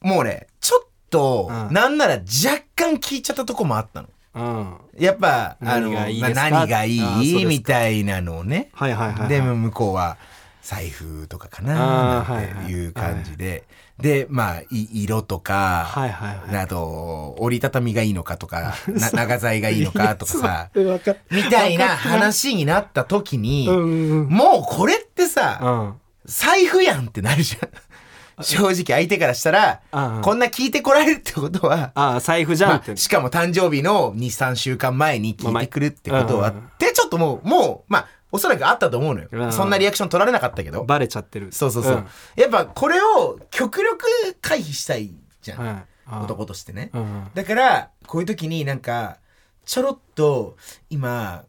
Speaker 3: もうねちょっと、
Speaker 2: うん
Speaker 3: なんなら若干聞いちゃったとこもあったの
Speaker 2: うん
Speaker 3: やっぱあの
Speaker 2: 何がいい
Speaker 3: まあ
Speaker 2: ですか
Speaker 3: 何がい
Speaker 2: あーそうです
Speaker 3: い
Speaker 2: か
Speaker 3: みたいなのをね
Speaker 2: はいはいはいはい
Speaker 3: でも向こうは財布とかか
Speaker 2: あ
Speaker 3: な
Speaker 2: ー
Speaker 3: なんていう感じで、でまあい色とか、
Speaker 2: はいはいはい
Speaker 3: あと折りたたみがいいのかと かな長財がいいのかとかさ
Speaker 2: 分かっ
Speaker 3: みたいな話になった時に、
Speaker 2: うんうん
Speaker 3: もうこれってさ、
Speaker 2: うん
Speaker 3: 財布やんってなるじゃん。正直相手からしたら
Speaker 2: ああ、
Speaker 3: こんな聞いてこられるってことは、
Speaker 2: ああ財布じゃんっ
Speaker 3: ま
Speaker 2: て
Speaker 3: あ、しかも誕生日の2、3週間前に聞いてくるってこと
Speaker 2: まあ
Speaker 3: は、
Speaker 2: まあ
Speaker 3: で、ちょっともう、もう、まあ、おそらくあったと思うのよ。
Speaker 2: うん
Speaker 3: そんなリアクション取られなかったけど。
Speaker 2: バレちゃってる
Speaker 3: そうそうそう。
Speaker 2: ん
Speaker 3: やっぱこれを極力回避したいじゃん。
Speaker 2: はいあ
Speaker 3: 男としてね。
Speaker 2: うんうん
Speaker 3: だから、こういう時になんか、ちょろっと、今、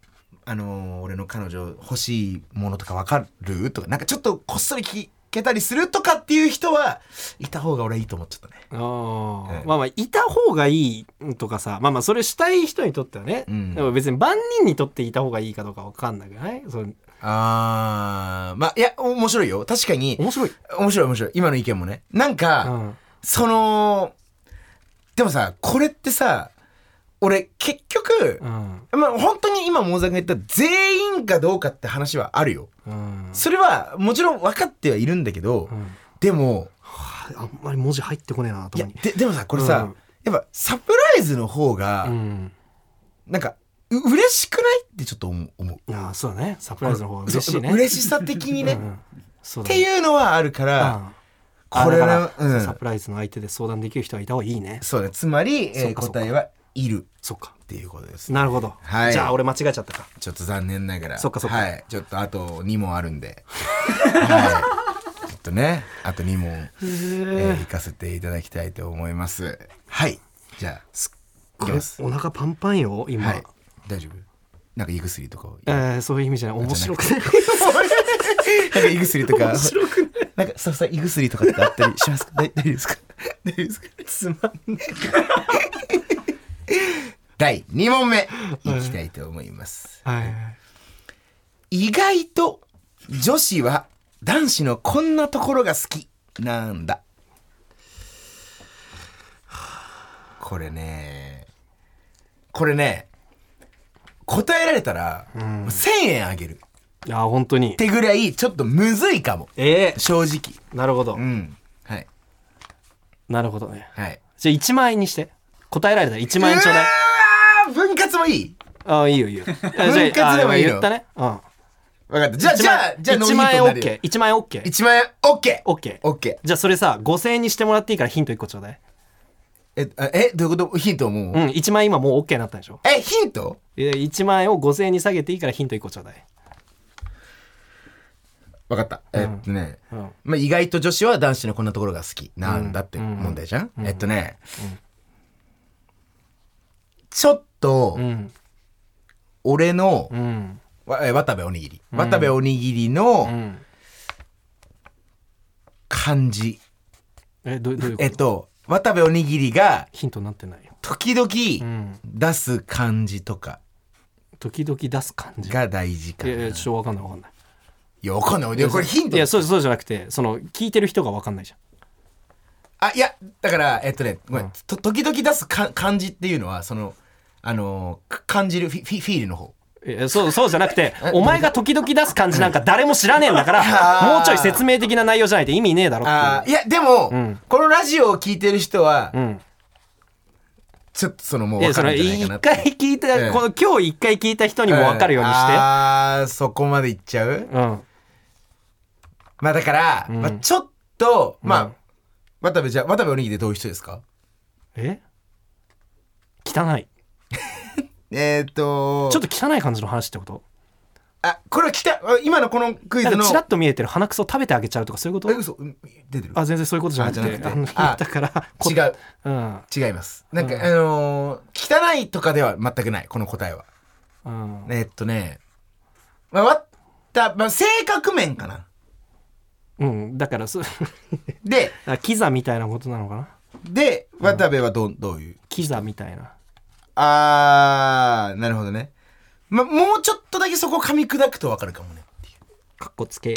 Speaker 3: あのー俺の彼女欲しいものとかわかるとか、なんかちょっとこっそり聞けたりするとかっていう人は、いた方が俺はいいと思っちゃったね。
Speaker 2: あー
Speaker 3: うん
Speaker 2: まあまあいた方がいいとかさまあまあそれしたい人にとってはね、
Speaker 3: うん
Speaker 2: でも別に万人にとっていた方がいいかどうかわかんなくないそれ
Speaker 3: あー、まあ、いや、面白いよ。確かに、
Speaker 2: 面白い、
Speaker 3: 面白い面白い。今の意見もね。なん
Speaker 2: う
Speaker 3: か、
Speaker 2: ん、
Speaker 3: その、でもさ、これってさ、俺結局、
Speaker 2: うん
Speaker 3: まあ本当に今、モーザンが言った全員かどうかって話はあるよ。
Speaker 2: うん
Speaker 3: それはもちろん分かってはいるんだけど、
Speaker 2: うん
Speaker 3: でも
Speaker 2: あんまり文字入ってこねえなと
Speaker 3: いや
Speaker 2: 思に
Speaker 3: ででもさこれさ、やっぱサプライズの方が、
Speaker 2: うん
Speaker 3: なんかう嬉しくないってちょっと思う思う
Speaker 2: ああそうだねサプライズの方が嬉しいね
Speaker 3: そう嬉しさ的にね、
Speaker 2: うんう
Speaker 3: っ
Speaker 2: んそうだ
Speaker 3: て
Speaker 2: ね
Speaker 3: いうのはあるか
Speaker 2: う
Speaker 3: ら、
Speaker 2: んあ
Speaker 3: これ
Speaker 2: だ
Speaker 3: は
Speaker 2: か
Speaker 3: う
Speaker 2: ら
Speaker 3: ん
Speaker 2: サプライズの相手で相談できる人はいた方がいいね
Speaker 3: そうねつまり、えー
Speaker 2: そうかそうか
Speaker 3: 答えはいる
Speaker 2: そっか
Speaker 3: っていうことです
Speaker 2: なるほど、
Speaker 3: はい
Speaker 2: じゃあ俺間違えちゃったか
Speaker 3: ちょっと残念ながら
Speaker 2: そっかそっか
Speaker 3: はいちょっとあと2問あるん ではいちょっとねあと2問、えー行かせていただきたいと思いますはいじゃあ行きます
Speaker 2: お腹パンパンよ今、
Speaker 3: はい。大丈夫。なんか胃薬とかを。
Speaker 2: えー、そういう意味じゃない面白くな
Speaker 3: な
Speaker 2: い
Speaker 3: んか胃薬とか。面白くない。なんか、そうそう、胃薬とかってあったりし ますか。大大丈夫ですか。大丈夫ですか。つまんない。 第二問目。いきたいと思います。
Speaker 2: はいはい
Speaker 3: 意外と。女子は。男子のこんなところが好き。なんだ。これね。これね。答えられたら。1000円あげる。
Speaker 2: いや本当に
Speaker 3: ってぐらいちょっとむずいかも
Speaker 2: ええ
Speaker 3: 正直
Speaker 2: なるほど、
Speaker 3: うんはい
Speaker 2: なるほどね
Speaker 3: はい
Speaker 2: じゃあ1万円にして答えられたら1万円ち ょうだいう
Speaker 3: わー分割もいい
Speaker 2: ああいいよいいよあ
Speaker 3: 分割でもいいの
Speaker 2: じゃああ言ったねうん
Speaker 3: 分かったじゃあじゃあじゃあ
Speaker 2: 1万円
Speaker 3: ノーヒントになる
Speaker 2: OK1 万円 OK
Speaker 3: 1万円 OK
Speaker 2: OK
Speaker 3: OK
Speaker 2: じゃあそれさ5000円にしてもらっていいからヒント1個ちょうだい
Speaker 3: えあえどういうことヒントもう
Speaker 2: うん1万円今もう OK になったでしょ
Speaker 3: えヒント
Speaker 2: えー1万円を5000円に下げていいからヒント1個ちょうだい
Speaker 3: 分かったえっとね
Speaker 2: うん
Speaker 3: まあ意外と女子は男子のこんなところが好きなんだって問題じゃんえっとねちょっと
Speaker 2: うん
Speaker 3: 俺の
Speaker 2: うん
Speaker 3: わえ渡部おにぎり渡部おにぎりの
Speaker 2: ん
Speaker 3: 感じ
Speaker 2: えどうどういうこと
Speaker 3: えっと渡部おにぎりが
Speaker 2: ヒントになってないよ
Speaker 3: 時々
Speaker 2: ん
Speaker 3: 出す感じとか
Speaker 2: 時々出す感じい
Speaker 3: が大事かな。
Speaker 2: やいや
Speaker 3: い
Speaker 2: ちょっと分かんない分かんない
Speaker 3: や、わかんない。でこれヒント
Speaker 2: い
Speaker 3: だ
Speaker 2: やそうそうじゃなくてその聞いてる人が分かんないじゃん
Speaker 3: あいやだからえっとねごめん、
Speaker 2: うん
Speaker 3: と時々出すか漢字っていうのはそのあのか感じるフィフィフィールの方
Speaker 2: いやそうそうじゃなく てお前が時々出す感じなんか誰も知らねえんだから もうちょい説明的な内容じゃないと意味ねえだろ
Speaker 3: あ
Speaker 2: って
Speaker 3: ーいやでも、
Speaker 2: ん
Speaker 3: このラジオを聞いてる人は、
Speaker 2: いう。うん
Speaker 3: ちょっとそのもう
Speaker 2: いや
Speaker 3: 分
Speaker 2: そ
Speaker 3: かる
Speaker 2: の
Speaker 3: んじゃない
Speaker 2: 一
Speaker 3: かなって
Speaker 2: 回聞いた、
Speaker 3: ええ
Speaker 2: この今日一回聞いた人にも分かるようにして、
Speaker 3: ああそこまでいっちゃう
Speaker 2: うん、
Speaker 3: まあだから、
Speaker 2: ん
Speaker 3: まあ、ちょっとまあ、
Speaker 2: うん
Speaker 3: 渡部じゃあ渡部おにぎりどういう人ですか
Speaker 2: え汚い
Speaker 3: えっ、と
Speaker 2: ちょっと汚い感じの話ってこと
Speaker 3: あこれは来たあ今のこのクイ
Speaker 2: な
Speaker 3: ズ
Speaker 2: んか
Speaker 3: の
Speaker 2: チラッと見えてる鼻くそ食べてあげちゃうとかそういうこと
Speaker 3: え嘘うん出てる
Speaker 2: あ全然そういうことじゃなく
Speaker 3: あじゃな
Speaker 2: て
Speaker 3: くて
Speaker 2: あの
Speaker 3: あ
Speaker 2: だからこ
Speaker 3: 違う
Speaker 2: うん
Speaker 3: 違いますなんか、
Speaker 2: うん
Speaker 3: あのー汚いとかでは全くないこの答えは
Speaker 2: うん
Speaker 3: えっとねまあわった、まあ、性格面かな
Speaker 2: うん、だからそ
Speaker 3: で
Speaker 2: あキザみたいなことなのかな
Speaker 3: で渡部はどうどういう
Speaker 2: キザみたいな
Speaker 3: あーなるほどね、まあ、もうちょっとだけそこ噛み砕くとわかるかもね
Speaker 2: かっこつけ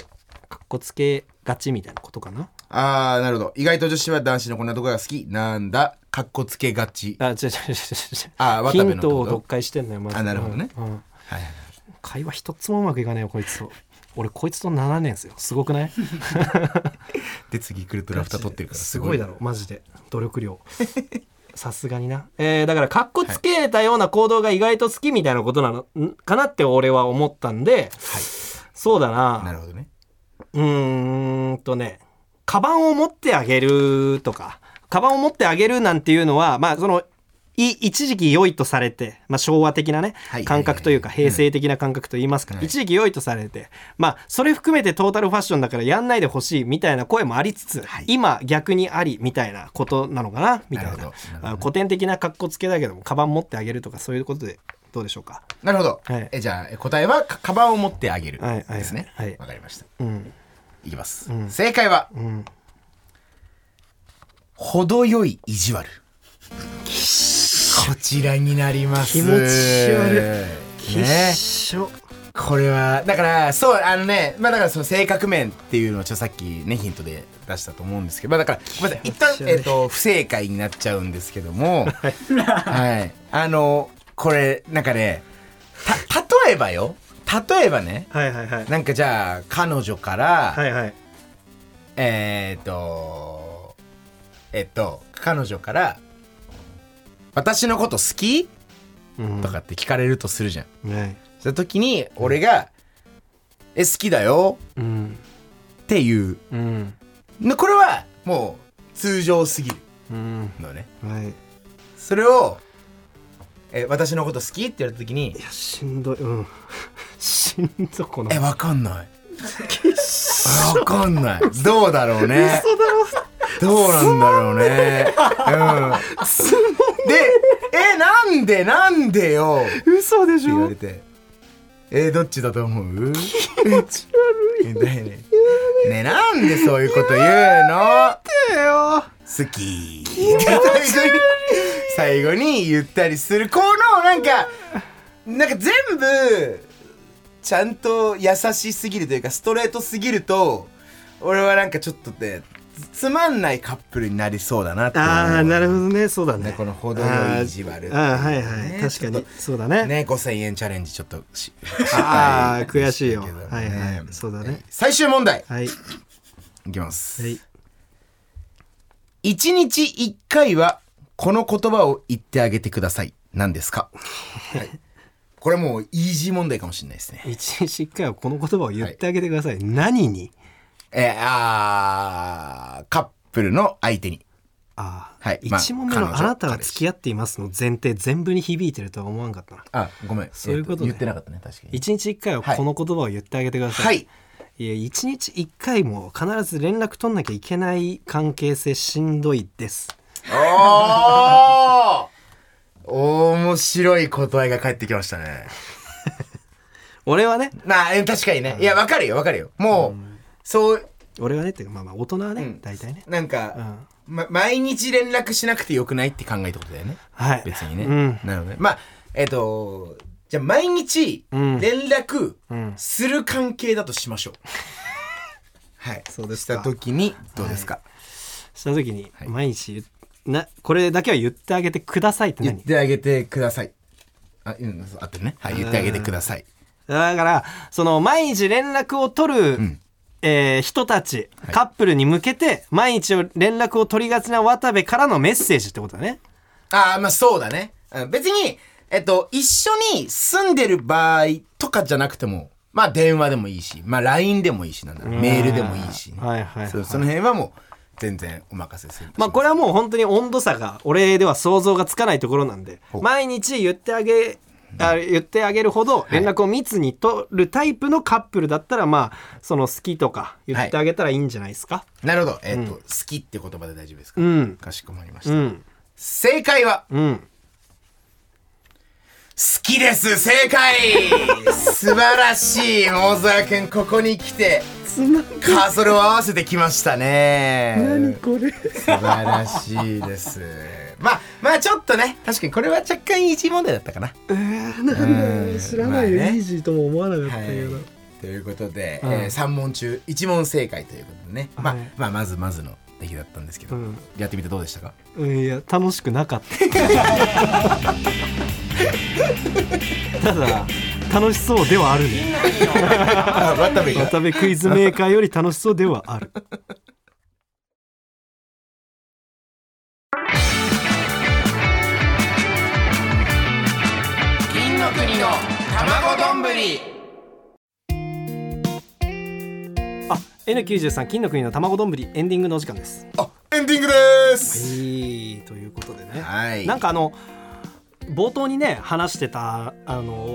Speaker 2: かっこつけがちみたいなことかな
Speaker 3: あーなるほど意外と女子は男子のこんなとこが好きなんだかっこつけがち
Speaker 2: あ違う違う違う違う違う
Speaker 3: あ渡
Speaker 2: ヒ
Speaker 3: 部のってこと
Speaker 2: ントを読解してんのよまず
Speaker 3: あなるほどね
Speaker 2: うんうん
Speaker 3: はいはい
Speaker 2: 会話一つもうまくいかねえよこいつと俺こいつと7年ですよすごくない
Speaker 3: で次来るドラフター取ってるから
Speaker 2: すごいだろマジで努力量 さすがにな、えーだからかっこつけたような行動が意外と好きみたいなことなの、んかなって俺は思ったんで、そうだな
Speaker 3: なるほどね
Speaker 2: うーんとねカバンを持ってあげるとかカバンを持ってあげるなんていうのはまあそのい一時期良いとされて、まあ、昭和的なね、
Speaker 3: はい
Speaker 2: 感覚というか
Speaker 3: はいはいは
Speaker 2: 平
Speaker 3: い
Speaker 2: 成的な感覚といいますか、
Speaker 3: はい
Speaker 2: 一時期良いとされてまあそれ含めてトータルファッションだからやんないでほしいみたいな声もありつつ、今逆にありみたいなことなのかなみたいな
Speaker 3: なるほどなるほど
Speaker 2: あ古典的な格好つけだけどもカバン持ってあげるとかそういうことでどうでしょうか
Speaker 3: なるほど、
Speaker 2: はい
Speaker 3: えじゃあえ答えはかカバンを持ってあげる
Speaker 2: はいはい
Speaker 3: ですねわ、
Speaker 2: はい
Speaker 3: かりました
Speaker 2: うん
Speaker 3: いきます、正解は、
Speaker 2: ん
Speaker 3: 程よい意地悪こちらになります
Speaker 2: 気持ち悪
Speaker 3: いね
Speaker 2: しょ
Speaker 3: これはだからそうあのねまあだからその性格面っていうのをちょっとさっきねヒントで出したと思うんですけどまあだからごめんなさい一旦、えっと不正解になっちゃうんですけどもはいあのこれなんかねた例えばよ例えばね
Speaker 2: はいはいはい
Speaker 3: なんかじゃあ彼女から、
Speaker 2: はいはい
Speaker 3: えっ、とえっと彼女から「私のこと好き?」
Speaker 2: うん
Speaker 3: とかって聞かれるとするじゃん。
Speaker 2: はい
Speaker 3: その時に俺が「え好きだよ」
Speaker 2: うん
Speaker 3: っていう
Speaker 2: うん
Speaker 3: のこれはもう通常すぎる
Speaker 2: うん
Speaker 3: のね。
Speaker 2: はいい
Speaker 3: それをえ「私のこと好き?」って言われた時に
Speaker 2: やしんどいうん しんどこの
Speaker 3: 「えわかんない」わかんないどうだろうね
Speaker 2: 嘘だろ
Speaker 3: どうなんだろうね。うん。で、え、なんでなんでよって
Speaker 2: 嘘でし
Speaker 3: 言わ
Speaker 2: ょ
Speaker 3: れて。え、どっちだと思うみたいなねえ、なんでそういうこと言うの好き。最後に言ったりする。この、なんか、なんか全部、ちゃんと優しすぎるというか、ストレートすぎると、俺はなんかちょっとね、つつまんないカップルになりそうだなって思う。
Speaker 2: ああなるほどねそうだ
Speaker 3: ね
Speaker 2: ね
Speaker 3: この程よい意地悪
Speaker 2: ああはいはい
Speaker 3: ね
Speaker 2: 確か
Speaker 3: ちょっ
Speaker 2: に
Speaker 3: と
Speaker 2: そうだね
Speaker 3: ね、5000円チャレンジちょっとし
Speaker 2: ああ悔しいよ
Speaker 3: けどね
Speaker 2: はいはいそうだね
Speaker 3: 最終問題
Speaker 2: はい
Speaker 3: いきます、
Speaker 2: はい
Speaker 3: 一日一回はこの言葉を言ってあげてください何ですか、はいこれもうイージー問題かもしれないですね
Speaker 2: 一日一回はこの言葉を言ってあげてください何に
Speaker 3: えー、あーカップルの相手に
Speaker 2: ああ
Speaker 3: はいまあ
Speaker 2: 一問目の
Speaker 3: 彼
Speaker 2: あ
Speaker 3: 女
Speaker 2: なたは付き合っていますの前提全部に響いてるとは思わんかったな
Speaker 3: あごめん
Speaker 2: そういうこと
Speaker 3: えー
Speaker 2: ね
Speaker 3: 言ってなかったね確かに
Speaker 2: 一日一回はこの言葉を言ってあげてください、
Speaker 3: はい
Speaker 2: いや一日一回も必ず連絡取んなきゃいけない関係性しんどいです
Speaker 3: おお面白い答えが返ってきましたね
Speaker 2: 俺はね
Speaker 3: なあえー確かにねいやわかるよわかるよもう、そう
Speaker 2: 俺はねっていうかまあまあ大人はね、
Speaker 3: うん
Speaker 2: 大体ね
Speaker 3: なん
Speaker 2: う
Speaker 3: か、
Speaker 2: ん
Speaker 3: ま、毎日連絡しなくてよくないって考えたことだよね
Speaker 2: はい
Speaker 3: 別にね、
Speaker 2: うん
Speaker 3: なのでまあえっ、とじゃあ毎日
Speaker 2: ん
Speaker 3: 連絡
Speaker 2: ん
Speaker 3: する 関係だとしましょう、はい
Speaker 2: そうですか
Speaker 3: した時にどうですか、
Speaker 2: した時に毎日言っなこれだけは言ってあげてくださいって
Speaker 3: 言っ
Speaker 2: 何
Speaker 3: てあげてくださいあうんそう合ってるねはい言ってあげてください
Speaker 2: だからその毎日連絡を取る、えー人たち、カップルに向けて毎日を連絡を取りがちな渡部からのメッセージってことだね
Speaker 3: ああまあそうだねうん別にえっと一緒に住んでる場合とかじゃなくてもまあ電話でもいいしまあ LINE でもいいしなんだろうメールでもいいし、
Speaker 2: はいはいはい
Speaker 3: そうその辺はもう全然お任せする
Speaker 2: まあこれはもう本当に温度差が俺では想像がつかないところなんで
Speaker 3: う
Speaker 2: 毎日言ってあげあ言ってあげるほど連絡を密に取るタイプのカップルだったらまあその好きとか言ってあげたらいいんじゃないですか、
Speaker 3: なるほど、えっと好きって言葉で大丈夫ですか、
Speaker 2: うん
Speaker 3: かしこまりまし
Speaker 2: う
Speaker 3: た、
Speaker 2: ん
Speaker 3: 正解は
Speaker 2: うん
Speaker 3: 好きです正解 素晴らしい大沢くんここに来てカーソルを合わせてきましたね何これ素晴らしいですまあまあちょっとね確かにこれは若干イージー問題だったかなえなんだ知らないよ、イージーとも思わなかったけど、はいということで、えー、3問中1問正解ということでね、まあ
Speaker 2: はい
Speaker 3: まあまずまずの出来だったんですけど、
Speaker 2: うん
Speaker 3: やってみてどうでしたか
Speaker 2: うんいや楽しくなかっ たただ楽しそうではあるね
Speaker 3: あ渡部が
Speaker 2: 渡部クイズメーカーより楽しそうではある
Speaker 6: 金の国の卵丼ぶり
Speaker 2: あ N93 金の国の卵丼エンディングのお時間です
Speaker 3: あエンディングです、
Speaker 2: はいということでね、
Speaker 3: はい
Speaker 2: なんかあの冒頭にね話してた、あの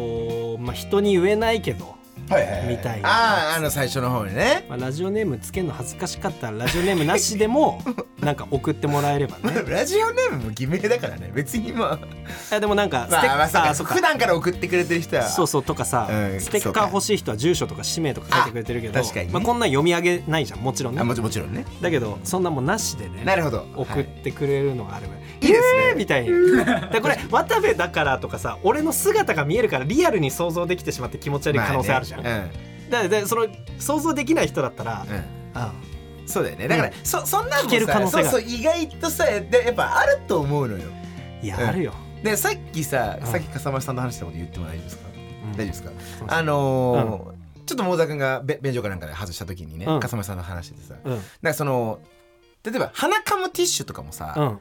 Speaker 2: ーまあ、人に言えないけど、
Speaker 3: はいはいはい
Speaker 2: みたいな、
Speaker 3: あああの最初の方にね
Speaker 2: まあ、ラジオネームつけるの恥ずかしかったらラジオネームなしで もなんか送ってもらえればね
Speaker 3: ラジオネームも偽名だからね別にまあ
Speaker 2: あでもなんかステッカー、
Speaker 3: まあまあそ
Speaker 2: そ
Speaker 3: ううか
Speaker 2: か
Speaker 3: 普段から送ってくれてる人は
Speaker 2: そうそうとかさ、
Speaker 3: うん
Speaker 2: ステッカー欲しい人は住所とか氏名とか書いてくれてるけど
Speaker 3: あ確かにね
Speaker 2: まあ、こんなん読み上げないじゃんもちろんね
Speaker 3: あもちもちろんね
Speaker 2: だけどそんなもんなしでね
Speaker 3: なるほど
Speaker 2: 送ってくれるのがあれば、い
Speaker 3: いいですね
Speaker 2: みたいなでこれ渡部だからとかさ俺の姿が見えるからリアルに想像できてしまって気持ち悪い可能性あるじゃ
Speaker 3: ま
Speaker 2: ん、
Speaker 3: あね
Speaker 2: だでその想像できない人だったら、
Speaker 3: うんうん
Speaker 2: あ
Speaker 3: そうだよねだから、
Speaker 2: う
Speaker 3: そそんなのも
Speaker 2: 聞ける可能
Speaker 3: さ
Speaker 2: 性
Speaker 3: そう
Speaker 2: が
Speaker 3: そう意外とさでやっぱあると思うのよ
Speaker 2: いや、
Speaker 3: うん
Speaker 2: あるよ
Speaker 3: でさっきさ、
Speaker 2: うん
Speaker 3: さっき笠間さんと話したこと言っても大丈夫ですか、
Speaker 2: ん
Speaker 3: 大丈夫ですか
Speaker 2: そうそう
Speaker 3: あのーちょっとモーザ君がべ便所かなんかで外した時にね、
Speaker 2: うん
Speaker 3: 笠間さんの話でさ、
Speaker 2: うん
Speaker 3: なんかその例えば鼻かむティッシュとかもさ、
Speaker 2: うん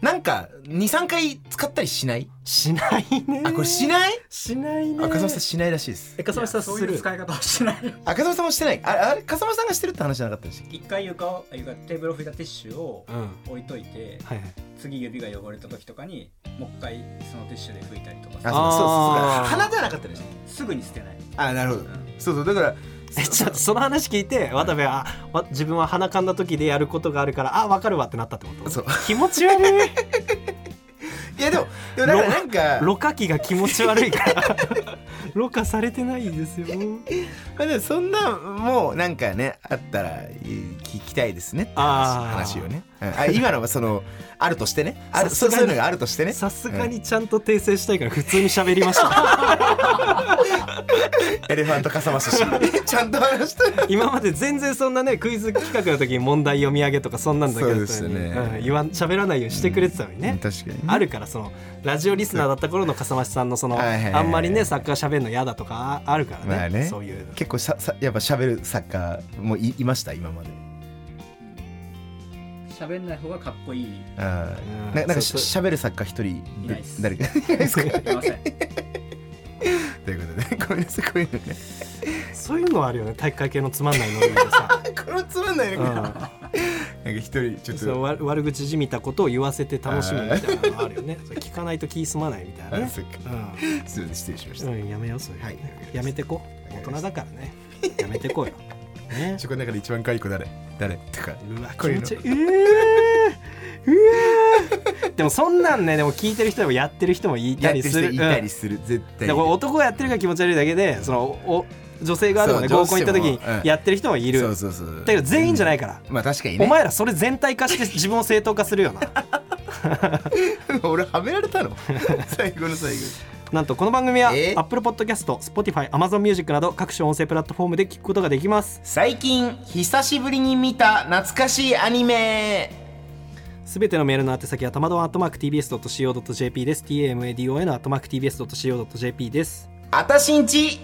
Speaker 3: なんか23回使ったりしない
Speaker 2: しないね
Speaker 3: あこれしない
Speaker 2: しないね
Speaker 3: あ笠間さんしないらしいです
Speaker 2: え笠間さんす
Speaker 7: そう
Speaker 2: る
Speaker 7: いう使い方はしない
Speaker 3: あ風間さんもしてないああれ風間さんがしてるって話じゃなかったでしたっ
Speaker 7: 一回床をあ床テーブルを拭いたティッシュを
Speaker 2: うんはい
Speaker 7: 置いといて、
Speaker 2: はい
Speaker 7: 次指が汚れた時とかにもう一回そのティッシュで拭いたりと
Speaker 3: けあそうそう
Speaker 7: か
Speaker 3: そ
Speaker 2: あー
Speaker 3: うそう鼻じゃなかったでしたっけ
Speaker 7: すぐに捨てない
Speaker 3: あなるほど、
Speaker 7: ん
Speaker 3: そうそうだから
Speaker 2: えちょっとその話聞いて渡部はあわ自分は鼻かんだ時でやることがあるからあ分かるわってなったってこと
Speaker 3: そう
Speaker 2: 気持ち悪い
Speaker 3: いやでもでもだからなんか
Speaker 2: ろ過器が気持ち悪いから ろ過されてないんですよ
Speaker 3: まあでもそんなもうなんかねあったらい聞きたいですねって
Speaker 2: あー
Speaker 3: 話話をね、うんあ今のはそのあるとしてねある
Speaker 2: さ
Speaker 3: そ
Speaker 2: すが
Speaker 3: うそう
Speaker 2: に
Speaker 3: いうのがあるとしてね
Speaker 2: さすがにちゃんと訂正したいから普通に喋りました
Speaker 3: エレファント笠間出 身ちゃんと話したい
Speaker 2: 今まで全然そんなねクイズ企画の時に問題読み上げとかそんなんだけど、
Speaker 3: そうですね
Speaker 2: うん、言わん喋らないようにしてくれてたのにね、
Speaker 3: 確かに
Speaker 2: あるからそのラジオリスナーだった頃の笠間さんのその
Speaker 3: はいはいはい
Speaker 2: あんまりねサッカー喋るの嫌だとかああるからね,、
Speaker 3: まあね
Speaker 2: そういうの
Speaker 3: 結構ささやっぱ喋る作家もいいました今まで
Speaker 7: 喋んない方がかっこ いいい
Speaker 3: あ
Speaker 2: うん
Speaker 3: ーななんかし
Speaker 2: そう
Speaker 3: しゃべる作家一人
Speaker 7: いないっす
Speaker 3: 誰 か
Speaker 7: ません
Speaker 3: ということでごめんなさいこういうのね
Speaker 2: そういうのはあるよね体育会系のつまんないノリで さ、
Speaker 3: これつまんない
Speaker 2: うん
Speaker 3: なんか一人ちょっ
Speaker 2: そう
Speaker 3: と
Speaker 2: わ悪口じみたことを言わせて楽しむみたいなのあるよね。それ聞かないと気済まないみたいな
Speaker 3: あ
Speaker 2: ね。
Speaker 3: そっかすいません失礼しまし
Speaker 2: う
Speaker 3: た
Speaker 2: ん、うん、やめようそれ、
Speaker 3: はいわかりました
Speaker 2: やめてこ
Speaker 3: かりま
Speaker 2: 大
Speaker 3: した
Speaker 2: 人だからねやめてこよ ね
Speaker 3: そこの中で一番かい子誰誰とか
Speaker 2: うわ
Speaker 3: こ
Speaker 2: 気
Speaker 3: ういう
Speaker 2: 持
Speaker 3: の
Speaker 2: ちいいうえでもそんなんねでも聞いてる人でもやってる人もいた
Speaker 3: やって
Speaker 2: り
Speaker 3: る
Speaker 2: す
Speaker 3: 人
Speaker 2: る
Speaker 3: いた
Speaker 2: うん
Speaker 3: りする絶対
Speaker 2: だからこれ男がやってるから気持ち悪いだけでそのお女性側でもね
Speaker 3: そう
Speaker 2: 合コン行った時に
Speaker 3: 女子もうん
Speaker 2: やってる人もいる
Speaker 3: そうそうそう
Speaker 2: だけど全員じゃないから、
Speaker 3: まあ確かに
Speaker 2: お
Speaker 3: ね
Speaker 2: 前らそれ全体化して自分を正当化するよな
Speaker 3: 俺はめられた の最後の最後
Speaker 2: なんとこの番組は
Speaker 3: え
Speaker 2: Apple Podcast、Spotify、Amazon Music など各種音声プラットフォームで聞くことができます。
Speaker 3: 最近久しぶりに見た懐かしいアニメ
Speaker 2: すべてのメールの宛先はたまどん atmarktbs.co.jp です tamadon atmarktbs.co.jp です
Speaker 5: あたしんち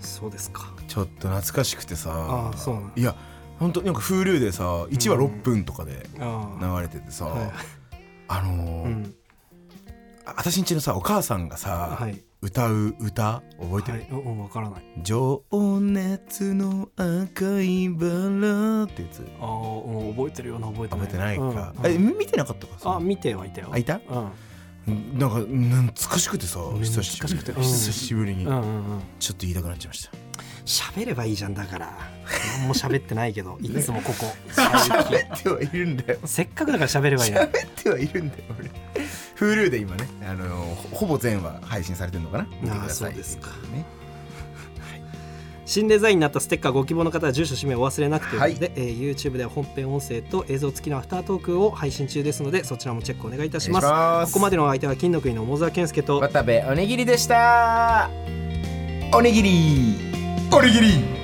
Speaker 2: そうですか
Speaker 3: ちょっと懐かしくてさ
Speaker 2: ああそうなん
Speaker 3: いや本当なんか Hulu でさ1話6分とかで
Speaker 2: ああ
Speaker 3: 流れててさ、
Speaker 2: はい
Speaker 3: あのー
Speaker 2: うん
Speaker 3: あ私んちのさお母さんがさ、
Speaker 2: はい
Speaker 3: 歌う歌覚えて
Speaker 2: は
Speaker 3: る、
Speaker 2: いうんわからない
Speaker 3: 情熱の赤いバラってやつ
Speaker 2: ああうん覚えてるような覚えてな
Speaker 3: 覚え
Speaker 2: い
Speaker 3: てないか、
Speaker 2: うんうん
Speaker 3: え見てなかったか
Speaker 2: あ見てはいたよ
Speaker 3: あいた
Speaker 2: うん
Speaker 3: なんか懐かしくてさ
Speaker 2: ん
Speaker 3: 久しぶり
Speaker 2: 懐かしくてうん
Speaker 3: 久しぶりに、
Speaker 2: うんうんうん
Speaker 3: ちょっと言いたくなっちゃいました
Speaker 2: 喋ればいいじゃんだから何も喋ってないけ どいつもここ
Speaker 3: 喋ってはいるんだよ
Speaker 2: せっかくだから喋ればいいの
Speaker 3: 喋
Speaker 2: に
Speaker 3: ってはいるんだよ俺 Hulu で今ねあのほほぼ全話配信されてるのかな見てください
Speaker 2: あーそうですか
Speaker 3: ね
Speaker 2: 新デザインになったステッカーご希望の方は住所氏名をお忘れなくということで、
Speaker 3: は
Speaker 2: えー YouTube では本編音声と映像付きのアフタートークを配信中ですのでそちらもチェックお願いいたします
Speaker 3: お願いします
Speaker 2: ここまでのお相手は金の国の桃沢健介と
Speaker 5: 渡部おにぎりでしたおにぎり
Speaker 3: おにぎり